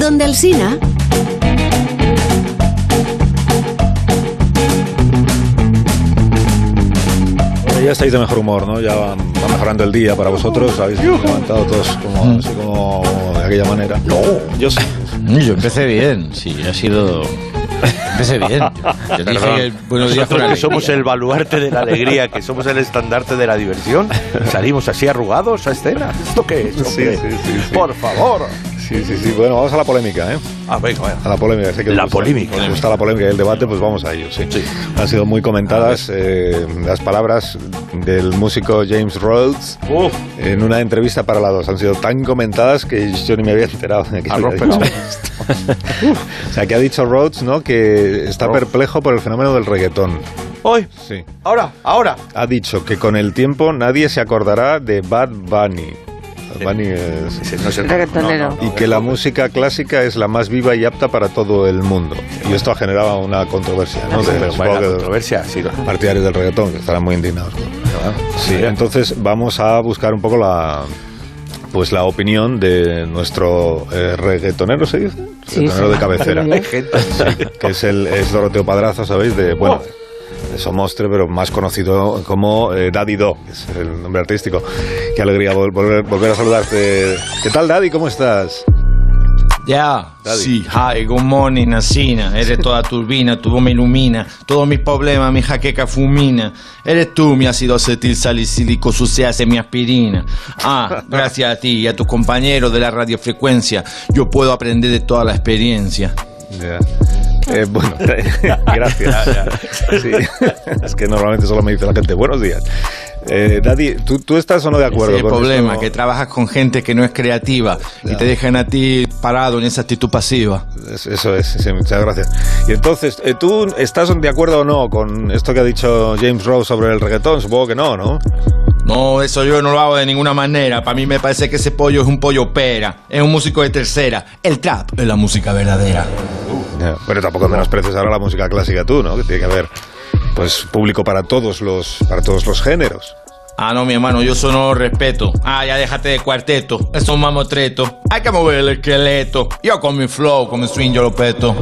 [SPEAKER 9] Donde el Sina.
[SPEAKER 1] Bueno, ya estáis de mejor humor, ¿no? Ya va va mejorando el día para vosotros. Habéis levantado todos como, así como de aquella manera. No, yo sí.
[SPEAKER 3] Mm, Yo empecé bien, sí, ha sido. Empecé bien. Yo dije que buenos
[SPEAKER 2] Nosotros
[SPEAKER 3] días con
[SPEAKER 2] que
[SPEAKER 3] alegría.
[SPEAKER 2] somos el baluarte de la alegría, que somos el estandarte de la diversión, salimos así arrugados a escena. ¿Esto qué es? hombre?
[SPEAKER 1] sí, sí.
[SPEAKER 2] Por favor.
[SPEAKER 1] Sí, sí, sí. Bueno, vamos a la polémica, ¿eh?
[SPEAKER 2] Ah, venga, venga.
[SPEAKER 1] A la polémica. Sé que os
[SPEAKER 2] La
[SPEAKER 1] gusta,
[SPEAKER 2] polémica.
[SPEAKER 1] os gusta la polémica y el debate, pues vamos a ello, sí. Han sido muy comentadas eh, las palabras del músico James Rhodes
[SPEAKER 2] Uf,
[SPEAKER 1] en una entrevista para la 2. Han sido tan comentadas que yo ni me había enterado de que
[SPEAKER 2] arroz
[SPEAKER 1] había dicho.
[SPEAKER 2] pelado.
[SPEAKER 1] O sea, que ha dicho Rhodes, ¿no? Que está
[SPEAKER 2] Rhodes.
[SPEAKER 1] perplejo por el fenómeno del reggaetón.
[SPEAKER 2] Hoy,
[SPEAKER 1] Sí.
[SPEAKER 2] ahora, ahora.
[SPEAKER 1] Ha dicho que con el tiempo nadie se acordará de Bad Bunny.
[SPEAKER 2] Eh,
[SPEAKER 1] Bad Bunny es-
[SPEAKER 2] Ese no es el
[SPEAKER 4] Reggaetonero.
[SPEAKER 1] y que la música clásica es la más viva y apta para todo el mundo. Y esto ha generado una controversia, ¿no? De-
[SPEAKER 2] Pero
[SPEAKER 1] supongo
[SPEAKER 2] vaya
[SPEAKER 1] que de-
[SPEAKER 2] controversia, sí.
[SPEAKER 1] partidarios del reggaetón, que estarán muy indignados. Sí, entonces vamos a buscar un poco la pues la opinión de nuestro eh, reggaetonero, ¿se dice?
[SPEAKER 4] Sí,
[SPEAKER 1] Reggaetonero
[SPEAKER 4] sí.
[SPEAKER 1] de cabecera,
[SPEAKER 4] Hay
[SPEAKER 2] gente.
[SPEAKER 1] que es el es Doroteo Padrazo, ¿sabéis? De, bueno,
[SPEAKER 4] Oh.
[SPEAKER 1] de Somostre, pero más conocido como eh, Daddy Do, que es el nombre artístico. Qué alegría vol- volver, volver a saludarte. ¿Qué tal, Daddy? ¿Cómo estás?
[SPEAKER 3] Ya,
[SPEAKER 1] Daddy.
[SPEAKER 3] sí, hi, good morning, Asina. Eres toda turbina, tu voz me ilumina. Todos mis problemas, mi jaqueca fulmina. Eres tú, mi ácido acetil salicílico, sucease mi aspirina. Ah, gracias a ti y a tus compañeros de la radiofrecuencia, yo puedo aprender de toda la experiencia.
[SPEAKER 1] Ya. Eh, bueno, gracias. Sí. Es que normalmente solo me dice la gente, buenos días. Eh, Daddy, ¿tú, ¿tú estás o no de acuerdo?
[SPEAKER 3] Ese es el
[SPEAKER 1] con
[SPEAKER 3] problema,
[SPEAKER 1] esto?
[SPEAKER 3] que trabajas con gente que no es creativa y te dejan a ti parado en esa actitud pasiva.
[SPEAKER 1] Es- Eso es, sí, muchas gracias. Y entonces, eh, ¿tú estás de acuerdo o no con esto que ha dicho James Rowe sobre el reggaetón? Supongo que no, ¿no?
[SPEAKER 3] No, eso yo no lo hago de ninguna manera. Para mí me parece que ese pollo es un pollo pera. Es un músico de tercera. El trap es la música verdadera.
[SPEAKER 1] Ya, Pero tampoco menosprecies ahora la música clásica tú, ¿no? Que tiene que haber pues público para todos los para todos los géneros.
[SPEAKER 3] Ah, no, mi hermano, yo eso no lo respeto. Ah, ya déjate de cuarteto. Eso es un mamotreto. Hay que mover el esqueleto. Yo con mi flow, con mi swing, yo lo peto.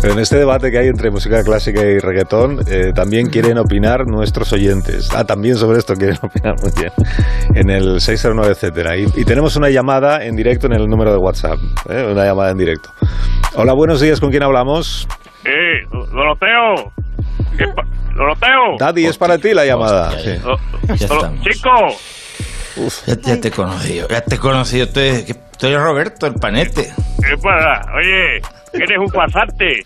[SPEAKER 1] Pero en este debate que hay entre música clásica y reggaetón, eh, también quieren opinar nuestros oyentes. Ah, también sobre esto quieren opinar muy bien. En el 609, etcétera. Y, y tenemos una llamada en directo en el número de WhatsApp. ¿eh? Una llamada en directo. Hola, buenos días. ¿Con quién hablamos?
[SPEAKER 6] Eh, Doroteo. ¿Qué pa- Doroteo.
[SPEAKER 1] Daddy, es para ti la llamada. Sí.
[SPEAKER 6] Do-
[SPEAKER 3] Ya
[SPEAKER 6] Doro-
[SPEAKER 3] estamos.
[SPEAKER 6] Chico.
[SPEAKER 3] Ya, ya te he conocido, ya te he conocido. Tú eres, que- tú eres Roberto, el panete.
[SPEAKER 6] ¿Qué pasa? Oye, eres un pasante.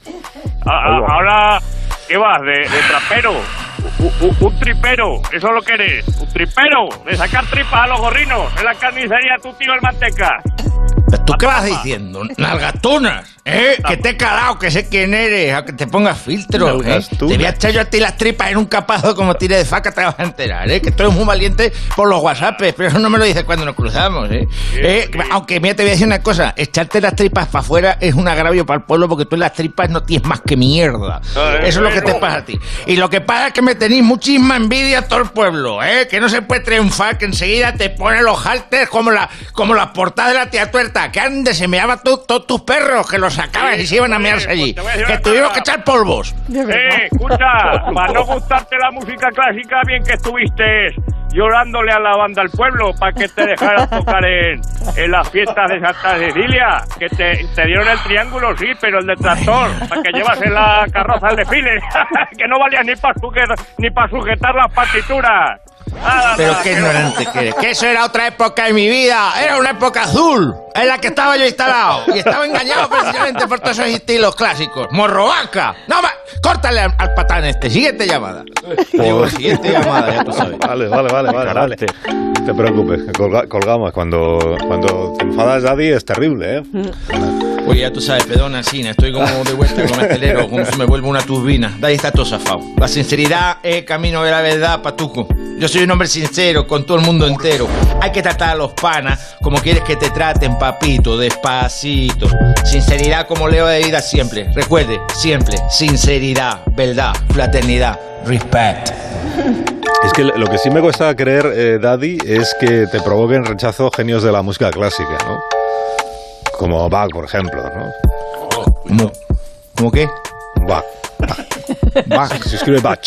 [SPEAKER 6] A- a- Ahora, ¿qué vas? ¿De, de trapero? U- u- un tripero, eso es lo que eres. Un tripero, de sacar tripas a los gorrinos. En la carnicería tu tío el manteca.
[SPEAKER 3] ¿Tú qué vas diciendo? Nalgatunas, ¿eh? Que te he calado, que sé quién eres, aunque te pongas filtro, ¿eh? Te
[SPEAKER 1] Nalgatunas.
[SPEAKER 3] voy a echar yo a ti las tripas en un capazo como tire de faca, te vas a enterar, ¿eh? Que tú eres muy valiente por los whatsappes, pero eso no me lo dices cuando nos cruzamos, ¿eh? ¿Eh? Aunque mira, te voy a decir una cosa, echarte las tripas para afuera es un agravio para el pueblo porque tú en las tripas no tienes más que mierda.
[SPEAKER 6] eh,
[SPEAKER 3] Eso es lo que te
[SPEAKER 6] bueno.
[SPEAKER 3] pasa a ti. Y lo que pasa es que me tenéis muchísima envidia a todo el pueblo, ¿eh? Que no se puede triunfar, que enseguida te pone los halters como la como las portadas de la tía tuerta. Que antes se meaba tú- todos tus perros, que los sacabas
[SPEAKER 6] Sí,
[SPEAKER 3] y se iban a
[SPEAKER 6] oye,
[SPEAKER 3] mearse
[SPEAKER 6] pues
[SPEAKER 3] allí.
[SPEAKER 6] te voy a decir
[SPEAKER 3] Que
[SPEAKER 6] una
[SPEAKER 3] tuvimos
[SPEAKER 6] cosa.
[SPEAKER 3] que echar polvos.
[SPEAKER 6] Eh, escucha, para no gustarte la música clásica, bien que estuviste llorándole a la banda al pueblo para que te dejaran tocar en, en las fiestas de Santa Cecilia, que te, te dieron el triángulo, sí, pero el de tractor, para que llevas en la carroza al desfile, que no valía ni para ni para sujetar las partituras. Nada,
[SPEAKER 3] Pero
[SPEAKER 6] nada,
[SPEAKER 3] qué
[SPEAKER 6] que no-
[SPEAKER 3] ignorante que eres. Que eso era otra época de mi vida. Era una época azul. En la que estaba yo instalado. Y estaba engañado precisamente por todos esos estilos clásicos. Morrovaca. No más. Córtale al, al patán este. Siguiente llamada. Digo, siguiente llamada, ya tú sabes.
[SPEAKER 1] Vale, vale, vale, vale, vale. No te preocupes, que colga- colgamos. Cuando, cuando te enfadas, Daddy, es terrible, ¿eh?
[SPEAKER 3] Oye, ya tú sabes, pedón Sina, estoy como de vuelta con estelero, como si me vuelvo una turbina. De ahí está todo zafado. La sinceridad es camino de la verdad, patuco. Yo soy un hombre sincero con todo el mundo entero. Hay que tratar a los panas como quieres que te traten, papito, despacito. Sinceridad como leo de vida siempre. Recuerde, siempre, sinceridad, verdad, fraternidad, respect.
[SPEAKER 1] Es que lo que sí me cuesta creer, eh, Daddy, es que te provoquen rechazo genios de la música clásica, ¿no? Como Bach, por ejemplo, ¿no?
[SPEAKER 3] ¿Cómo, ¿Cómo qué?
[SPEAKER 1] Bach.
[SPEAKER 3] Bach.
[SPEAKER 1] Se escribe Bach.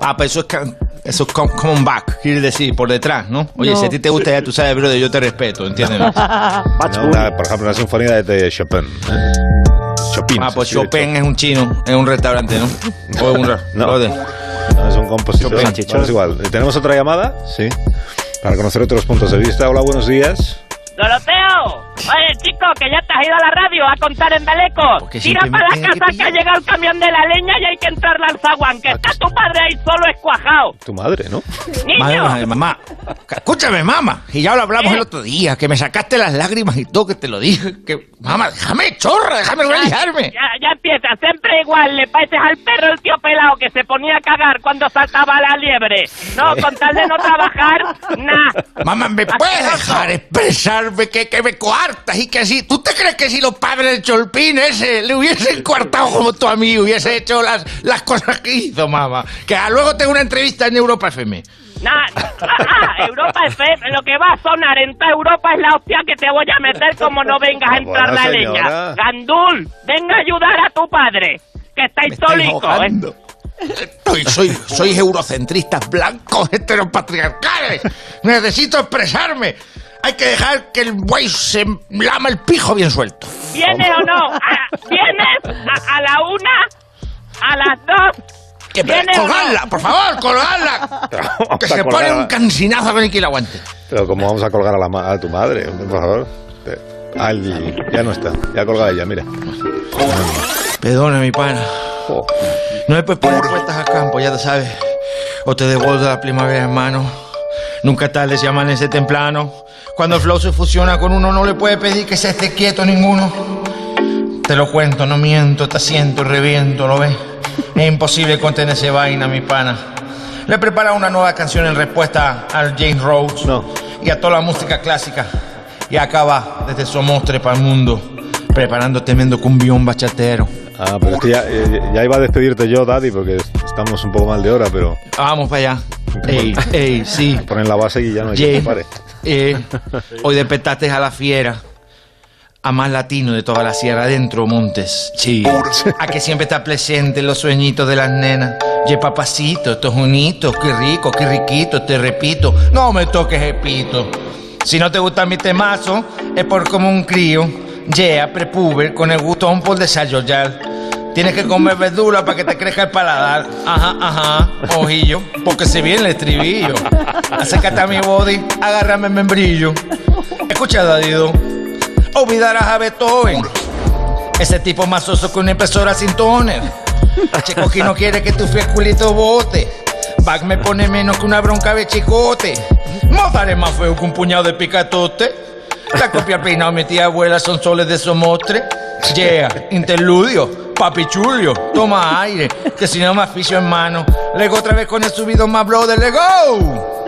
[SPEAKER 3] Ah, pero eso es, can- eso es come, come back, quiere decir, por detrás, ¿no? Oye, si a ti te gusta, ya tú sabes, brother, yo te respeto, ¿entiendes?
[SPEAKER 1] ¿no? Una- por ejemplo, una sinfonía de, de Chopin. ¿eh? Chopin.
[SPEAKER 3] Ah,
[SPEAKER 1] se
[SPEAKER 3] pues
[SPEAKER 1] escribe
[SPEAKER 3] Chopin es un chino, es un restaurante, ¿no? O es un ra-
[SPEAKER 1] No.
[SPEAKER 3] brother.
[SPEAKER 1] Chopin. No, es un compositor.
[SPEAKER 3] Chopin.
[SPEAKER 1] Bueno, es igual. ¿Tenemos otra llamada? Sí. Para conocer otros puntos de vista. Hola, buenos días.
[SPEAKER 10] Doroteo, oye chico, que ya te has ido a la radio a contar en Beleco.
[SPEAKER 3] Porque
[SPEAKER 10] Tira
[SPEAKER 3] siempre
[SPEAKER 10] para
[SPEAKER 3] me
[SPEAKER 10] la
[SPEAKER 3] tiene que
[SPEAKER 10] casa que ha
[SPEAKER 3] pillar. Ah,
[SPEAKER 10] llegado el camión de la leña y hay que entrarle al zaguán, que está tu padre ahí solo escuajado.
[SPEAKER 1] Tu madre, ¿no?
[SPEAKER 3] Madre,
[SPEAKER 10] Niño, Eh.
[SPEAKER 3] madre, mamá. Escúchame, mamá. Y ya lo hablamos el otro día, que me sacaste las lágrimas y todo, que te lo dije. Que, mamá, déjame, chorra, déjame realizarme.
[SPEAKER 10] ya, ya empieza, siempre igual, le pareces al perro el tío pelado que se ponía a cagar cuando saltaba la liebre. No, con tal de no trabajar, nada.
[SPEAKER 3] Mamá, ¿me puedes dejar expresarme que, que me coartas y que así? ¿Tú te crees que si los padres del Cholpín ese le hubiesen coartado como tú a mí, hubiese hecho las, las cosas que hizo, mamá? Que ah, luego tengo una entrevista en Europa FM.
[SPEAKER 10] Nah, ah, ah, Europa FM, lo que va a sonar en toda Europa es la hostia que te voy a meter como no vengas a entrar
[SPEAKER 1] Bueno,
[SPEAKER 10] la
[SPEAKER 1] señora.
[SPEAKER 10] leña. Gandul, venga a ayudar a tu padre, que está
[SPEAKER 3] Me estáis
[SPEAKER 10] histórico. ¿eh?
[SPEAKER 3] ahogando. Estoy- soy, sois eurocentristas blancos heteropatriarcales. Necesito expresarme. Hay que dejar que el buey se lama el pijo bien suelto.
[SPEAKER 10] ¿Vienes o no? Ah, ¿Vienes a, a la una? ¿A las dos?
[SPEAKER 3] Que,
[SPEAKER 10] ¿Viene o no?
[SPEAKER 3] colgadla, por favor, colgadla.
[SPEAKER 1] Vamos
[SPEAKER 3] que
[SPEAKER 1] a
[SPEAKER 3] se pone
[SPEAKER 1] colgar a-
[SPEAKER 3] un cansinazo a ver quién la aguante.
[SPEAKER 1] Pero como vamos a colgar a, la ma- a tu madre, hombre, por favor. Te- Al- ya no está, ya colgada ella, mira.
[SPEAKER 3] Perdona, mi pana.
[SPEAKER 1] Oh.
[SPEAKER 3] No me puedes poner puertas al campo, ya te sabes. O te devuelvo la primavera, hermano. Nunca tarde se amanece temprano. Cuando el flow se fusiona con uno, no le puede pedir que se esté quieto ninguno. Te lo cuento, no miento, te siento, reviento, ¿lo ves? Es imposible contener esa vaina, mi pana. Le he preparado una nueva canción en respuesta al James Rhodes
[SPEAKER 1] No.
[SPEAKER 3] y a toda la música clásica. Y acaba desde Somostre para el mundo, preparando tremendo cumbión bachatero.
[SPEAKER 1] Ah, pero es que ya, eh, ya iba a despedirte yo, Daddy, porque estamos un poco mal de hora, pero
[SPEAKER 3] Vamos para allá. Ey, ey, sí.
[SPEAKER 1] ponen la base y ya no hay
[SPEAKER 3] Ye-
[SPEAKER 1] quien te pare.
[SPEAKER 3] eh, hoy despertaste a la fiera. a más latino de toda la sierra adentro, Montes. Sí. A que siempre está presente los sueñitos de las nenas. Ye papacito, estos unitos, qué rico, qué riquito, te repito, no me toques el pito. Si no te gusta mi temazo, es por como un crío. Yeah, prepuber, con el gustón por desayollar. Tienes que comer verdura para que te crezca el paladar. Ajá, ajá, ojillo, porque se viene el estribillo. Acércate a mi body, agárrame el membrillo. Escucha, Dadido, olvidarás a Beethoven. Ese tipo más soso que una impresora sin toner. Checo que no quiere que tu fiel culito bote. Bag me pone menos que una bronca de chicote. Mozart es más feo que un puñado de picatote. La copia peinado mi tía abuela son soles de somostre. Yeah, interludio, papichulio, toma aire, que si no me aficio en mano. Lego otra vez con el subido más brother, le go.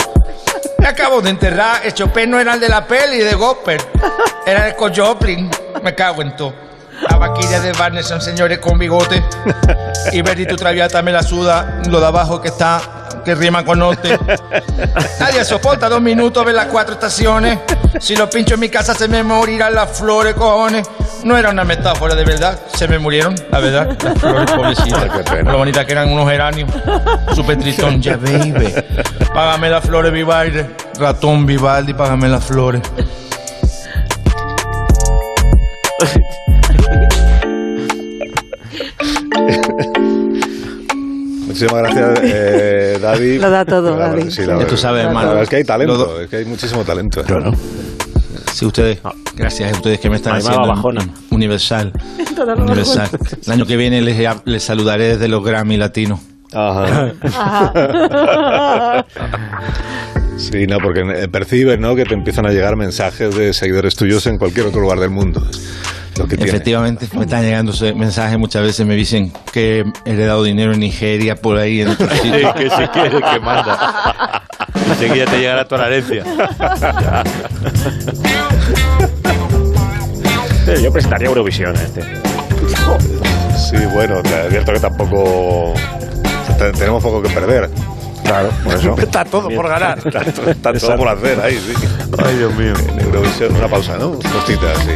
[SPEAKER 3] Me acabo de enterrar, el Chopin no era el de la peli de Gopper, era el Scott Joplin. Me cago en todo. La vaquilla de Barney son señores con bigote. Y Berry tu traviata me la suda, lo de abajo que está, que rima con norte. Nadie soporta dos minutos ver las cuatro estaciones. Si lo pincho en mi casa se me morirán las flores, cojones. No era una metáfora de verdad, se me murieron, la verdad, las flores pobrecitas. Lo bonita que eran unos geranios. Super tristón, yeah baby. Págame las flores, Vivaldi. Ratón Vivaldi, págame las flores.
[SPEAKER 1] Muchísimas gracias, eh, David.
[SPEAKER 4] Lo da todo,
[SPEAKER 1] La verdad
[SPEAKER 4] David.
[SPEAKER 1] que sí, la
[SPEAKER 4] Ya
[SPEAKER 1] verdad.
[SPEAKER 3] tú sabes,
[SPEAKER 1] La
[SPEAKER 3] hermano.
[SPEAKER 1] verdad Es que hay
[SPEAKER 3] Lo
[SPEAKER 1] talento,
[SPEAKER 3] do-
[SPEAKER 1] es que hay muchísimo talento.
[SPEAKER 3] Sí, ustedes. Ah, Gracias a ustedes que me están
[SPEAKER 5] Ahí va la
[SPEAKER 3] haciendo
[SPEAKER 5] bajona.
[SPEAKER 3] universal.
[SPEAKER 4] Toda la
[SPEAKER 3] universal. El año que viene les, les saludaré desde los Grammy Latinos.
[SPEAKER 1] Ajá.
[SPEAKER 4] Ajá.
[SPEAKER 1] Sí, no, porque eh, percibes, ¿no? Que te empiezan a llegar mensajes de seguidores tuyos en cualquier otro lugar del mundo. Es Lo que tiene.
[SPEAKER 3] Efectivamente, me están llegando se- mensajes muchas veces, me dicen que he heredado dinero en Nigeria, por ahí, en otro sitio.
[SPEAKER 2] que se quiere, que manda. Enseguida te llegará toda la herencia.
[SPEAKER 5] Este, Yo presentaría Eurovisión a este.
[SPEAKER 1] Sí, bueno, te advierto que tampoco. te- Tenemos poco que perder. Claro, por eso.
[SPEAKER 2] Está todo por ganar.
[SPEAKER 1] Está, to- está todo por hacer ahí, sí.
[SPEAKER 2] Ay, Dios mío.
[SPEAKER 1] En Eurovisión, una pausa, ¿no? Costita, sí.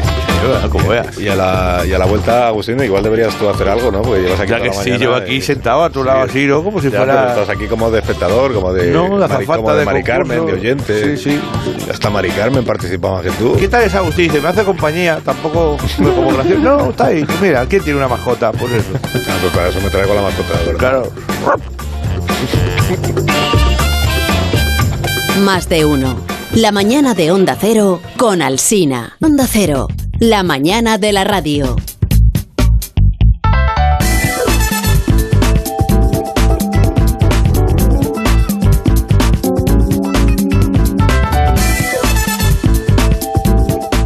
[SPEAKER 2] ah, Como veas.
[SPEAKER 1] Y a la, y a la vuelta, Agustín, igual deberías tú hacer algo, ¿no? Porque llevas aquí
[SPEAKER 2] Ya
[SPEAKER 1] toda
[SPEAKER 2] que
[SPEAKER 1] la
[SPEAKER 2] sí,
[SPEAKER 1] mañana
[SPEAKER 2] yo
[SPEAKER 1] y-
[SPEAKER 2] aquí sentado a tu lado así, ¿no? Como si
[SPEAKER 1] Ya, pero
[SPEAKER 2] fuera...
[SPEAKER 1] estás aquí como de espectador, como de,
[SPEAKER 2] No, la
[SPEAKER 1] Mari,
[SPEAKER 2] azafata
[SPEAKER 1] como de
[SPEAKER 2] de
[SPEAKER 1] Mari
[SPEAKER 2] concurso.
[SPEAKER 1] Carmen, de oyente.
[SPEAKER 2] Sí,
[SPEAKER 1] Hasta Mari Carmen participaba más que tú.
[SPEAKER 2] ¿Qué tal es Agustín? Dice, me hace compañía, tampoco me como gracioso. No, está ahí. Mira, ¿quién tiene una mascota? Por eso.
[SPEAKER 1] Ah, pues para eso me traigo la mascota, de ¿verdad?
[SPEAKER 2] Claro.
[SPEAKER 9] Más de uno. La mañana de Onda Cero con Alsina. Onda Cero. La mañana de la radio.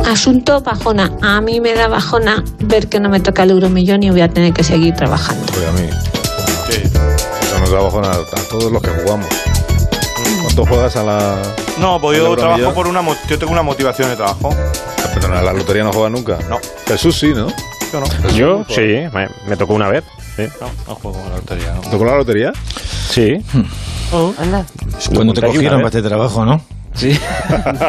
[SPEAKER 11] Asunto bajona. A mí me da bajona ver que no me toca el euromillón y voy a tener que seguir trabajando.
[SPEAKER 1] Porque a mí. Eso nos da bajona a todos los que jugamos. ¿Cuánto juegas a la.
[SPEAKER 2] No, pues
[SPEAKER 1] ¿El
[SPEAKER 2] yo
[SPEAKER 1] euro
[SPEAKER 2] trabajo
[SPEAKER 1] millón?
[SPEAKER 2] por una... mo- Yo tengo una motivación de trabajo.
[SPEAKER 1] Perdón, a la lotería no juegas nunca?
[SPEAKER 2] No.
[SPEAKER 1] Jesús sí, ¿no?
[SPEAKER 2] Yo no.
[SPEAKER 1] pues
[SPEAKER 5] Yo, sí, me, me tocó una vez. Sí.
[SPEAKER 2] No, no juego a la lotería. no.
[SPEAKER 1] ¿Te tocó la lotería?
[SPEAKER 5] Sí,
[SPEAKER 4] Oh. Anda.
[SPEAKER 3] Cuando
[SPEAKER 5] contáis
[SPEAKER 3] te
[SPEAKER 5] una
[SPEAKER 3] cogieron
[SPEAKER 5] vez.
[SPEAKER 3] para este trabajo, ¿no?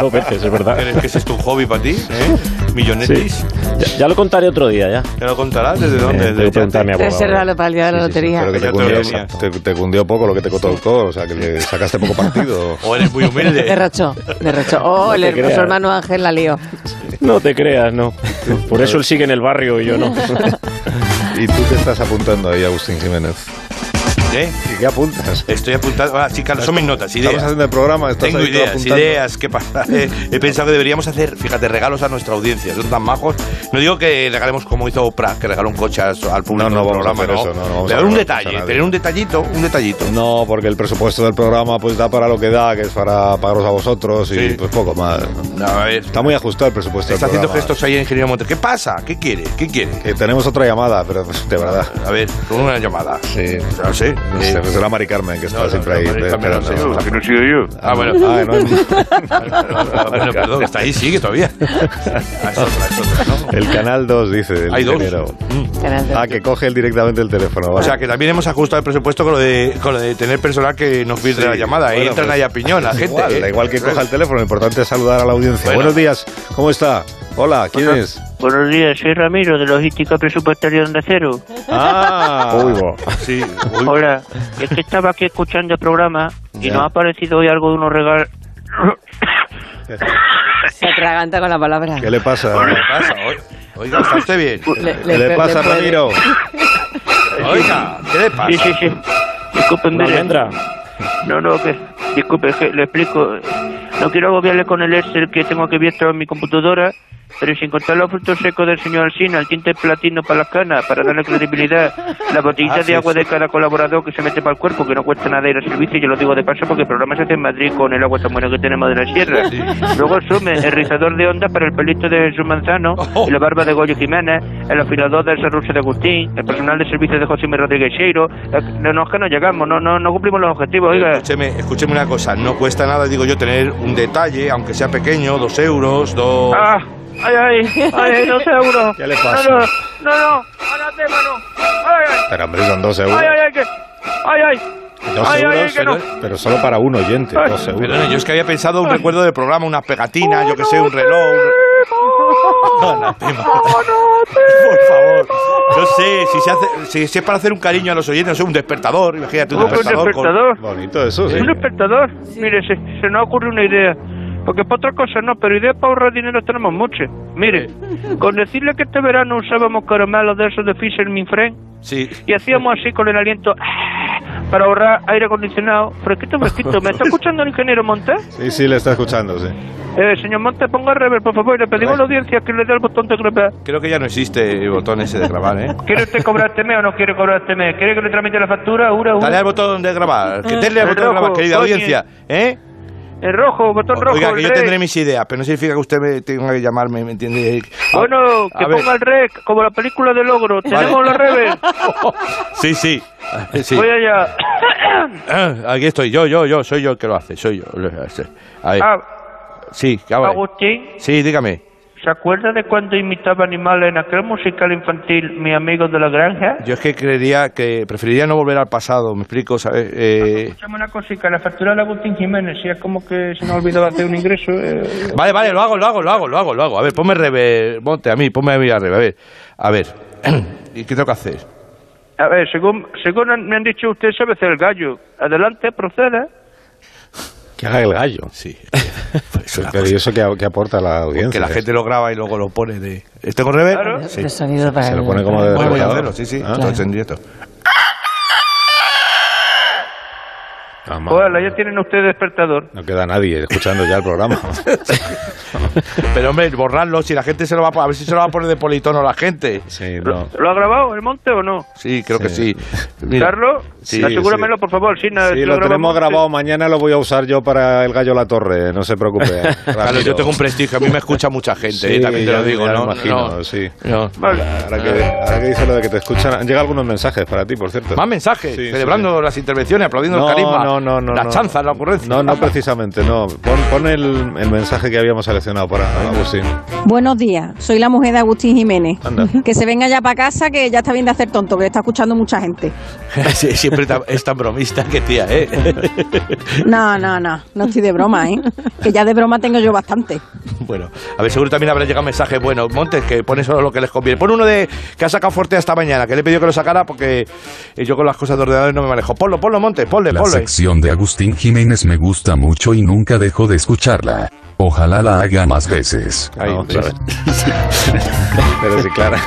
[SPEAKER 5] dos veces, es verdad.
[SPEAKER 2] ¿Crees que ese es tu hobby para ti? ¿Eh?
[SPEAKER 5] Sí.
[SPEAKER 2] Millonetis.
[SPEAKER 5] Ya, ya lo contaré otro día, ya.
[SPEAKER 2] ¿Te lo contarás? ¿Desde
[SPEAKER 5] Eh,
[SPEAKER 2] dónde?
[SPEAKER 5] tengo que
[SPEAKER 2] ¿Desde
[SPEAKER 5] preguntar a mi
[SPEAKER 2] Yate?
[SPEAKER 5] abuela.
[SPEAKER 4] Resérvalo para el día de la
[SPEAKER 5] Sí, sí, sí.
[SPEAKER 4] lotería.
[SPEAKER 1] Pero que te
[SPEAKER 2] Ya te
[SPEAKER 1] cundió,
[SPEAKER 2] venía.
[SPEAKER 1] te, te cundió poco lo que te costó el todo, o sea, que le sacaste poco partido.
[SPEAKER 2] O eres muy humilde.
[SPEAKER 4] Derrochó, derrochó. Oh, el
[SPEAKER 5] te
[SPEAKER 4] hermoso
[SPEAKER 5] creas.
[SPEAKER 4] hermano Ángel la lío.
[SPEAKER 5] No te creas, no. Por eso él sigue en el barrio y yo no.
[SPEAKER 1] y tú te estás apuntando ahí, Agustín Jiménez.
[SPEAKER 2] ¿Eh?
[SPEAKER 1] ¿Y qué apuntas?
[SPEAKER 2] Estoy apuntando. Ah, sí, claro, son mis notas,
[SPEAKER 1] Estamos
[SPEAKER 2] ideas.
[SPEAKER 1] haciendo el programa, estás
[SPEAKER 2] Tengo
[SPEAKER 1] ahí tú
[SPEAKER 2] ideas,
[SPEAKER 1] apuntando.
[SPEAKER 2] ideas, ¿qué pasa? Eh, He pensado que deberíamos hacer, fíjate, regalos a nuestra audiencia, son tan majos. No digo que regalemos como hizo Oprah, que regaló un coche al, al público.
[SPEAKER 1] No,
[SPEAKER 2] del
[SPEAKER 1] no vamos a
[SPEAKER 2] programa,
[SPEAKER 1] hacer eso, no, no
[SPEAKER 2] Pero
[SPEAKER 1] vamos a
[SPEAKER 2] un
[SPEAKER 1] regalar coche a
[SPEAKER 2] detalle,
[SPEAKER 1] nadie.
[SPEAKER 2] tener un detallito, un detallito.
[SPEAKER 1] No, porque el presupuesto del programa pues da para lo que da, que es para pagaros a vosotros y
[SPEAKER 2] Sí.
[SPEAKER 1] pues poco más.
[SPEAKER 2] No, a ver,
[SPEAKER 1] Está muy ajustado el presupuesto
[SPEAKER 2] está
[SPEAKER 1] del
[SPEAKER 2] haciendo
[SPEAKER 1] programa.
[SPEAKER 2] gestos ahí el ingeniero Montes. ¿Qué pasa? ¿Qué quiere? ¿Qué quiere?
[SPEAKER 1] Que tenemos otra llamada, pero pues, de verdad. Ah,
[SPEAKER 2] A ver, con una llamada.
[SPEAKER 1] Sí.
[SPEAKER 2] No sé.
[SPEAKER 1] No
[SPEAKER 2] eh,
[SPEAKER 1] sé, será Mari Carmen que está
[SPEAKER 2] no, no,
[SPEAKER 1] siempre
[SPEAKER 2] no,
[SPEAKER 1] ahí.
[SPEAKER 2] Mari Carmen,
[SPEAKER 1] esperando.
[SPEAKER 2] no,
[SPEAKER 6] Que no he sido yo.
[SPEAKER 1] Ah, bueno. Ah, no,
[SPEAKER 2] bueno, perdón, está ahí, sigue todavía. Ah, es otra, es otra, ¿no?
[SPEAKER 1] El canal 2 dice. El
[SPEAKER 2] Hay dos. Mm.
[SPEAKER 1] ingeniero.
[SPEAKER 4] Canal de-
[SPEAKER 1] Ah, que coge él directamente el teléfono.
[SPEAKER 2] O
[SPEAKER 1] vale.
[SPEAKER 2] sea, que también hemos ajustado el presupuesto con lo de, con lo de tener personal que nos filtre
[SPEAKER 1] Sí,
[SPEAKER 2] la llamada. y
[SPEAKER 1] bueno,
[SPEAKER 2] entran
[SPEAKER 1] pues,
[SPEAKER 2] ahí a piñón la
[SPEAKER 1] da
[SPEAKER 2] gente.
[SPEAKER 1] Igual,
[SPEAKER 2] ¿eh?
[SPEAKER 1] da igual que coja el teléfono, lo importante es saludar a la audiencia.
[SPEAKER 2] Bueno.
[SPEAKER 1] Buenos días, ¿cómo está? Hola, ¿quién es?
[SPEAKER 12] Buenos días, soy Ramiro, de Logística Presupuestaria de Onda Cero.
[SPEAKER 2] Ah,
[SPEAKER 5] Uy, bo.
[SPEAKER 2] sí. uy.
[SPEAKER 12] Hola, es que estaba aquí escuchando el programa y
[SPEAKER 2] Ya.
[SPEAKER 12] nos ha aparecido hoy algo de unos regalos.
[SPEAKER 4] Se atraganta con la palabra.
[SPEAKER 1] ¿Qué le pasa?
[SPEAKER 2] ¿Qué le pasa? Oi- Oiga, ¿está usted bien?
[SPEAKER 4] Le-
[SPEAKER 1] ¿Qué le pasa, Ramiro?
[SPEAKER 2] Oiga, ¿qué
[SPEAKER 1] Ah,
[SPEAKER 2] le pasa?
[SPEAKER 12] Sí, sí, sí. Disculpen,
[SPEAKER 5] ¿Una
[SPEAKER 12] mire.
[SPEAKER 5] almendra?
[SPEAKER 12] No, no, que. Disculpe, que le explico. No quiero agobiarle con el Excel que tengo que abierto en mi computadora, pero sin contar los frutos secos del señor Alsina, el tinte platino para las canas, para darle credibilidad, la botellita
[SPEAKER 2] Ah, sí,
[SPEAKER 12] de agua
[SPEAKER 2] sí.
[SPEAKER 12] de cada colaborador que se mete para el cuerpo, que no cuesta nada ir al servicio, y yo lo digo de paso porque el programa se hace en Madrid con el agua tan buena que tenemos de la sierra. Luego el sume, el rizador de onda para el pelito de Jesús Manzano,
[SPEAKER 1] Oh.
[SPEAKER 12] y la barba de Goyo Jiménez, el afilador del Sarruso de Agustín, el personal de servicio de José M. Rodríguez Cheiro. No, no, es que no llegamos, no, no, no cumplimos los objetivos, oiga.
[SPEAKER 2] Escúcheme, escúcheme una cosa, no cuesta nada, digo yo, tener un detalle, aunque sea pequeño, dos euros, dos...
[SPEAKER 12] Ah, ay, ay, ay, no sé, uno.
[SPEAKER 1] Oh. ¿Qué le pasa?
[SPEAKER 12] No, no, no, no, anatema, no. Ay, ay,
[SPEAKER 1] Pero hombre, son dos euros.
[SPEAKER 12] ay, ay, ay, que, ay, ay.
[SPEAKER 1] Dos
[SPEAKER 12] ay, ay,
[SPEAKER 1] euros,
[SPEAKER 12] que no.
[SPEAKER 1] pero solo para un oyente. Dos euros.
[SPEAKER 2] Perdone, yo es que había pensado un recuerdo del programa, una pegatina, yo que sé, un reloj... un- Anatema. Por favor, no sé, si, se hace, si, si es para hacer un cariño a los oyentes, no sé, un despertador, imagínate, un
[SPEAKER 12] ¿Cómo que un
[SPEAKER 2] despertador. con-
[SPEAKER 12] despertador?
[SPEAKER 1] Bonito eso, sí.
[SPEAKER 12] ¿Un despertador? Mire, se, se nos ocurre una idea. Porque para otra cosa no, pero ideas para ahorrar dinero tenemos muchas. Mire, con decirle que este verano usábamos caramelos de esos de Fisher Minfren
[SPEAKER 2] Sí,
[SPEAKER 12] y hacíamos así con el aliento para ahorrar aire acondicionado. Fresquito, fresquito. ¿Me está escuchando el ingeniero Montes?
[SPEAKER 1] Sí, sí, le está escuchando, sí.
[SPEAKER 12] Eh, señor Montes, ponga rever, por favor, y le pedimos a la audiencia que le dé el botón de grabar.
[SPEAKER 2] creo que ya no existe el botón ese de grabar, ¿eh?
[SPEAKER 12] ¿Quiere usted cobrar este mes o no quiere cobrar este mes? ¿Quiere que le tramite la factura? Ura, ura.
[SPEAKER 2] Dale al botón de grabar, que denle al botón
[SPEAKER 12] El
[SPEAKER 2] de grabar,
[SPEAKER 12] rojo,
[SPEAKER 2] querida
[SPEAKER 12] coño.
[SPEAKER 2] audiencia, ¿eh?
[SPEAKER 12] El rojo, botón rojo.
[SPEAKER 2] Oiga, que
[SPEAKER 12] el
[SPEAKER 2] yo
[SPEAKER 12] rec.
[SPEAKER 2] tendré mis ideas, pero no significa que usted me tenga que llamarme, ¿me entiende? A-
[SPEAKER 12] Bueno, que
[SPEAKER 2] a ver.
[SPEAKER 12] ponga el rec, como la película de logro. Tenemos
[SPEAKER 2] Vale.
[SPEAKER 12] la rever.
[SPEAKER 2] Sí, sí. sí.
[SPEAKER 12] Voy allá.
[SPEAKER 2] Ah, Aquí estoy, yo, yo, yo, soy yo el que lo hace, soy yo. A ver.
[SPEAKER 12] Ah,
[SPEAKER 2] Sí, que ahora-
[SPEAKER 12] Agustín,
[SPEAKER 2] Sí, dígame.
[SPEAKER 12] ¿se acuerda de cuando imitaba animales en aquel musical infantil, mi amigo de la granja?
[SPEAKER 2] Yo es que creería que preferiría no volver al pasado, me explico, ¿sabes? Eh,
[SPEAKER 12] Escuchame una cosita, la factura de Agustín Jiménez, si es como que se nos ha olvidado hacer un ingreso. eh.
[SPEAKER 2] Vale, vale, lo hago, lo hago, lo hago, lo hago, lo hago. A ver, ponme revés, ponte a mí, ponme a mí arriba, a ver. A ver. ¿Y qué tengo que hacer?
[SPEAKER 12] A ver, según, según han- me han dicho, usted sabe hacer el gallo. Adelante, proceda.
[SPEAKER 1] Que haga el gallo.
[SPEAKER 2] Sí.
[SPEAKER 1] Pero ¿y eso Pues, qué, qué aporta a la audiencia? eh.
[SPEAKER 2] Que la gente lo graba y luego lo pone de. ¿Este con revés?
[SPEAKER 12] Claro.
[SPEAKER 2] Sí.
[SPEAKER 4] El sonido para
[SPEAKER 1] Se lo
[SPEAKER 4] el-
[SPEAKER 1] pone como
[SPEAKER 2] Voy,
[SPEAKER 1] de
[SPEAKER 2] voy a
[SPEAKER 1] despertador.
[SPEAKER 2] hacerlo, sí, sí.
[SPEAKER 1] Ah.
[SPEAKER 2] Todo en directo.
[SPEAKER 1] Ah, madre.
[SPEAKER 12] Hola, Pues ya tienen usted despertador.
[SPEAKER 1] No queda nadie escuchando ya el programa.
[SPEAKER 2] Pero hombre, borrarlo, si la gente se lo va a, po- a ver si se lo va a poner de politono la gente.
[SPEAKER 1] Sí, no.
[SPEAKER 12] ¿Lo ha grabado el monte o no?
[SPEAKER 2] Sí, creo que sí. Mira.
[SPEAKER 12] Carlos,
[SPEAKER 1] Sí,
[SPEAKER 12] asegúramelo,
[SPEAKER 1] sí.
[SPEAKER 12] por favor. Sí, na-
[SPEAKER 1] Sí,
[SPEAKER 12] si
[SPEAKER 1] lo tenemos
[SPEAKER 12] grabamos,
[SPEAKER 1] grabado. Mañana lo voy a usar yo para el gallo La Torre. No se preocupe.
[SPEAKER 2] Carlos, yo
[SPEAKER 1] Ramiro.
[SPEAKER 2] tengo un prestigio, a mí me escucha mucha gente,
[SPEAKER 1] Sí,
[SPEAKER 2] eh, también te
[SPEAKER 1] ya-
[SPEAKER 2] lo digo,
[SPEAKER 1] ya
[SPEAKER 2] ¿no?
[SPEAKER 1] me imagino,
[SPEAKER 2] No,
[SPEAKER 1] sí.
[SPEAKER 2] no.
[SPEAKER 12] Vale.
[SPEAKER 1] Ahora que, ahora que dice lo de que te escuchan, han llegado algunos mensajes para ti, por cierto.
[SPEAKER 2] Más mensajes,
[SPEAKER 1] Sí,
[SPEAKER 2] celebrando las intervenciones, aplaudiendo el carisma,
[SPEAKER 1] no, no, no,
[SPEAKER 2] las
[SPEAKER 1] no.
[SPEAKER 2] chanzas, la ocurrencia.
[SPEAKER 1] No, no precisamente, no. Pon, pon el, el mensaje que habíamos seleccionado para Agustín.
[SPEAKER 13] Buenos días, soy la mujer de Agustín Jiménez.
[SPEAKER 1] Anda.
[SPEAKER 13] Que se venga ya para casa, que ya está bien de hacer tonto, que está escuchando mucha gente.
[SPEAKER 2] Sí, Siempre tan- es tan bromista que tía, ¿eh?
[SPEAKER 13] No, no, no, no estoy de broma, ¿eh? Que ya de broma tengo yo bastante.
[SPEAKER 2] Bueno, a ver, seguro también habrá llegado mensajes buenos. Montes, que pone solo lo que les conviene. Pon uno de que ha sacado fuerte hasta mañana, que le he pedido que lo sacara porque eh, yo con las cosas de ordenador no me manejo. Ponlo, ponlo, Montes, ponle,
[SPEAKER 14] La
[SPEAKER 2] ponle.
[SPEAKER 14] sección de Agustín Jiménez me gusta mucho y nunca dejo de escucharla. Ojalá la haga más veces.
[SPEAKER 1] Ahí, otra vez. Pero sí, clara.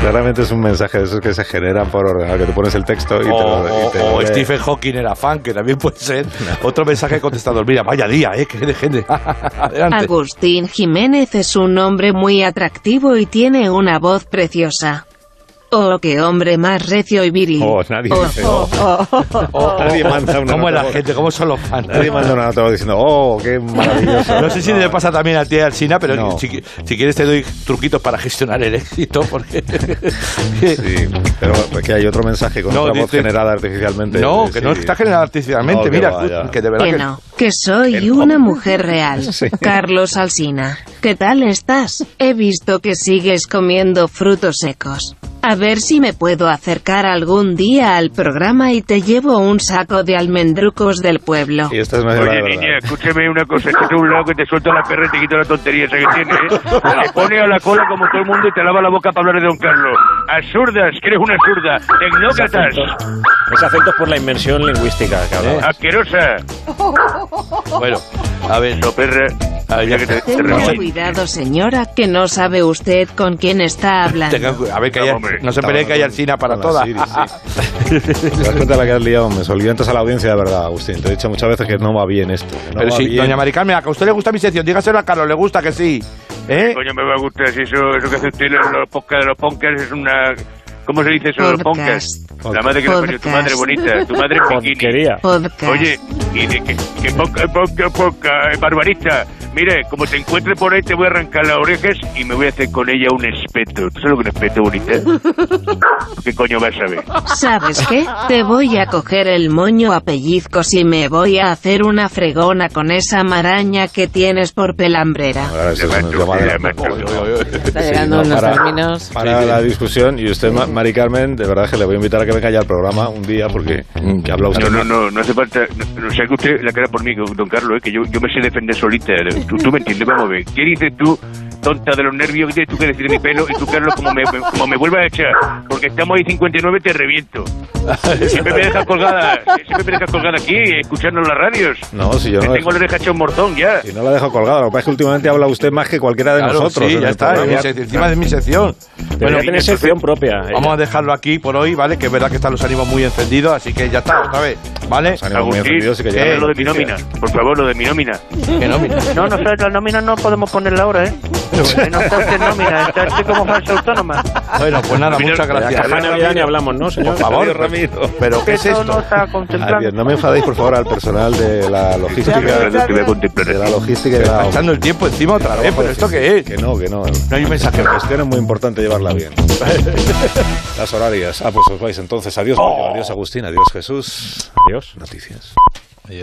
[SPEAKER 1] Claramente es un mensaje de esos que se generan por ordenador, que tú pones el texto y
[SPEAKER 2] O,
[SPEAKER 1] te lo... y te
[SPEAKER 2] o-
[SPEAKER 1] lo
[SPEAKER 2] o
[SPEAKER 1] lee.
[SPEAKER 2] Oh, Stephen Hawking era fan, que también puede ser. Otro mensaje contestador. Mira, vaya día, ¿eh? Que de gente. Adelante.
[SPEAKER 15] Agustín Jiménez es un hombre muy atractivo y tiene una voz preciosa. Oh, qué hombre más recio y viril.
[SPEAKER 1] Oh, nadie dice, oh. Nadie manda una
[SPEAKER 2] ¿Cómo es
[SPEAKER 1] nota
[SPEAKER 2] la
[SPEAKER 1] voz.
[SPEAKER 2] gente? ¿Cómo son los fans?
[SPEAKER 1] Nadie manda una nota diciendo, oh, qué maravilloso.
[SPEAKER 2] No sé si le pasa también a ti, Alcina, pero
[SPEAKER 1] No.
[SPEAKER 2] si, si quieres te doy truquitos para gestionar el éxito, porque...
[SPEAKER 1] Sí, pero que hay otro mensaje con
[SPEAKER 2] No,
[SPEAKER 1] otra voz
[SPEAKER 2] dice-
[SPEAKER 1] generada artificialmente.
[SPEAKER 2] No,
[SPEAKER 1] Sí,
[SPEAKER 2] que no
[SPEAKER 1] sí.
[SPEAKER 2] está generado artificialmente,
[SPEAKER 1] No, que
[SPEAKER 2] mira,
[SPEAKER 1] va, ya.
[SPEAKER 2] que de verdad
[SPEAKER 15] Que
[SPEAKER 2] que...
[SPEAKER 15] no, que soy una mujer real. Carlos Alsina, ¿qué tal estás? He visto que sigues comiendo frutos secos. A ver si me puedo acercar algún día al programa y te llevo un saco de almendrucos del pueblo.
[SPEAKER 1] Y esta es una
[SPEAKER 6] Oye,
[SPEAKER 1] la verdad.
[SPEAKER 6] niña, escúchame una cosa. Échate a un lado que te suelta la perra y te quita la tontería esa que tienes. ¿eh? Te la pone a la cola como todo el mundo y te lava la boca para hablar de Don Carlos. Absurdas, que eres una absurda. Tecnócratas.
[SPEAKER 5] Ese acento es por la inmersión lingüística que hablaba.
[SPEAKER 6] Asquerosa.
[SPEAKER 2] Bueno, a ver.
[SPEAKER 6] No, perra.
[SPEAKER 2] Había que
[SPEAKER 15] Tenga cuidado, señora, que no sabe usted con quién está hablando.
[SPEAKER 2] Tengan cu- a ver, que haya- no se peleen que hay Alcina para
[SPEAKER 1] Bueno,
[SPEAKER 2] todas.
[SPEAKER 1] sí, ¿Te das cuenta de la que has liado? Me soliviantas a la audiencia de verdad, Agustín. Te he dicho muchas veces que no va bien esto. que no
[SPEAKER 2] Pero
[SPEAKER 1] va
[SPEAKER 2] si,
[SPEAKER 1] bien.
[SPEAKER 2] doña Mari Carmen, a usted le gusta mi sección, dígaselo a Carlos, le gusta que sí. ¿Eh?
[SPEAKER 6] Coño, me va a gustar si eso, eso que hace usted en los podcasts de los punkers es una... ¿Cómo se dice eso de los
[SPEAKER 15] Podcast.
[SPEAKER 6] punkers? La madre que nos parió, tu madre
[SPEAKER 15] Podcast.
[SPEAKER 6] bonita, tu madre en bikini.
[SPEAKER 15] Podcast.
[SPEAKER 6] Oye, y de que, que poca, poca, poca, eh, barbarista. Mire, como te encuentre por ahí, te voy a arrancar las orejas y me voy a hacer con ella un espeto. ¿Tú sabes lo que es un espeto, bonita? ¿Qué coño vas a ver?
[SPEAKER 15] ¿Sabes qué? Te voy a coger el moño a pellizcos y me voy a hacer una fregona con esa maraña que tienes por pelambrera.
[SPEAKER 1] Ahora, eso es una llamada. Está
[SPEAKER 4] llegando unos términos.
[SPEAKER 1] Para la discusión, y usted, Ma- Mari Carmen, de verdad que le voy a invitar a que venga ya al programa un día porque que habla usted.
[SPEAKER 6] No, no, no, no hace falta. No, no sea que usted la cara por mí, don Carlos, eh, que yo, yo me sé defender solita. Tú, tú me entiendes, vamos a ver. ¿Qué dices tú, tonta de los nervios? ¿Qué tienes tú que decir de mi pelo? Y tú, Carlos, como me, me- como me vuelvas a echar, porque estamos ahí 59, te reviento. Siempre me dejas colgada, siempre me dejas colgada aquí, escuchando las radios.
[SPEAKER 1] No, si yo
[SPEAKER 6] Te
[SPEAKER 1] no-
[SPEAKER 6] tengo la oreja hecha un morzón ya.
[SPEAKER 1] Si no la dejo colgada, lo que pasa es que últimamente habla usted más que cualquiera de
[SPEAKER 2] Claro,
[SPEAKER 1] nosotros.
[SPEAKER 2] sí,
[SPEAKER 1] en
[SPEAKER 2] ya
[SPEAKER 1] el
[SPEAKER 2] está,
[SPEAKER 1] programa.
[SPEAKER 2] en mi sec- encima de mi sección.
[SPEAKER 5] Debería tener
[SPEAKER 2] entonces,
[SPEAKER 5] sección propia.
[SPEAKER 2] Vamos a dejarlo aquí por hoy, ¿vale? Que es verdad que están los ánimos muy encendidos, así que ya está, otra vez, ¿vale?
[SPEAKER 6] Agustín,
[SPEAKER 2] eh,
[SPEAKER 6] dame lo de mi nómina. Por favor, lo de mi nómina.
[SPEAKER 2] ¿Qué nómina?
[SPEAKER 12] No, nosotros la nómina no podemos ponerla ahora, ¿eh? No está usted en nómina, está usted como falsa autónoma.
[SPEAKER 2] Bueno, pues nada,
[SPEAKER 5] Mira,
[SPEAKER 2] muchas gracias.
[SPEAKER 5] que Juan Navidad ni hablamos, ¿no, señor?
[SPEAKER 2] Por favor,
[SPEAKER 5] Adiós,
[SPEAKER 2] Ramiro. ¿Pero qué es
[SPEAKER 12] Eso no
[SPEAKER 2] esto?
[SPEAKER 12] está contemplando.
[SPEAKER 1] Adiós, no me enfadéis, por favor, al personal de la logística. De la logística y de la.
[SPEAKER 2] Está echando el tiempo encima otra
[SPEAKER 1] Eh,
[SPEAKER 2] vez, ¿pero esto qué es?
[SPEAKER 1] Que no, que no.
[SPEAKER 2] No hay un mensaje.
[SPEAKER 1] La gestión es muy importante llevarla bien. Las horarias. Ah, pues os vais entonces. Oh. Adiós, Mario. Adiós, Agustín. Adiós, Jesús. Adiós. Noticias.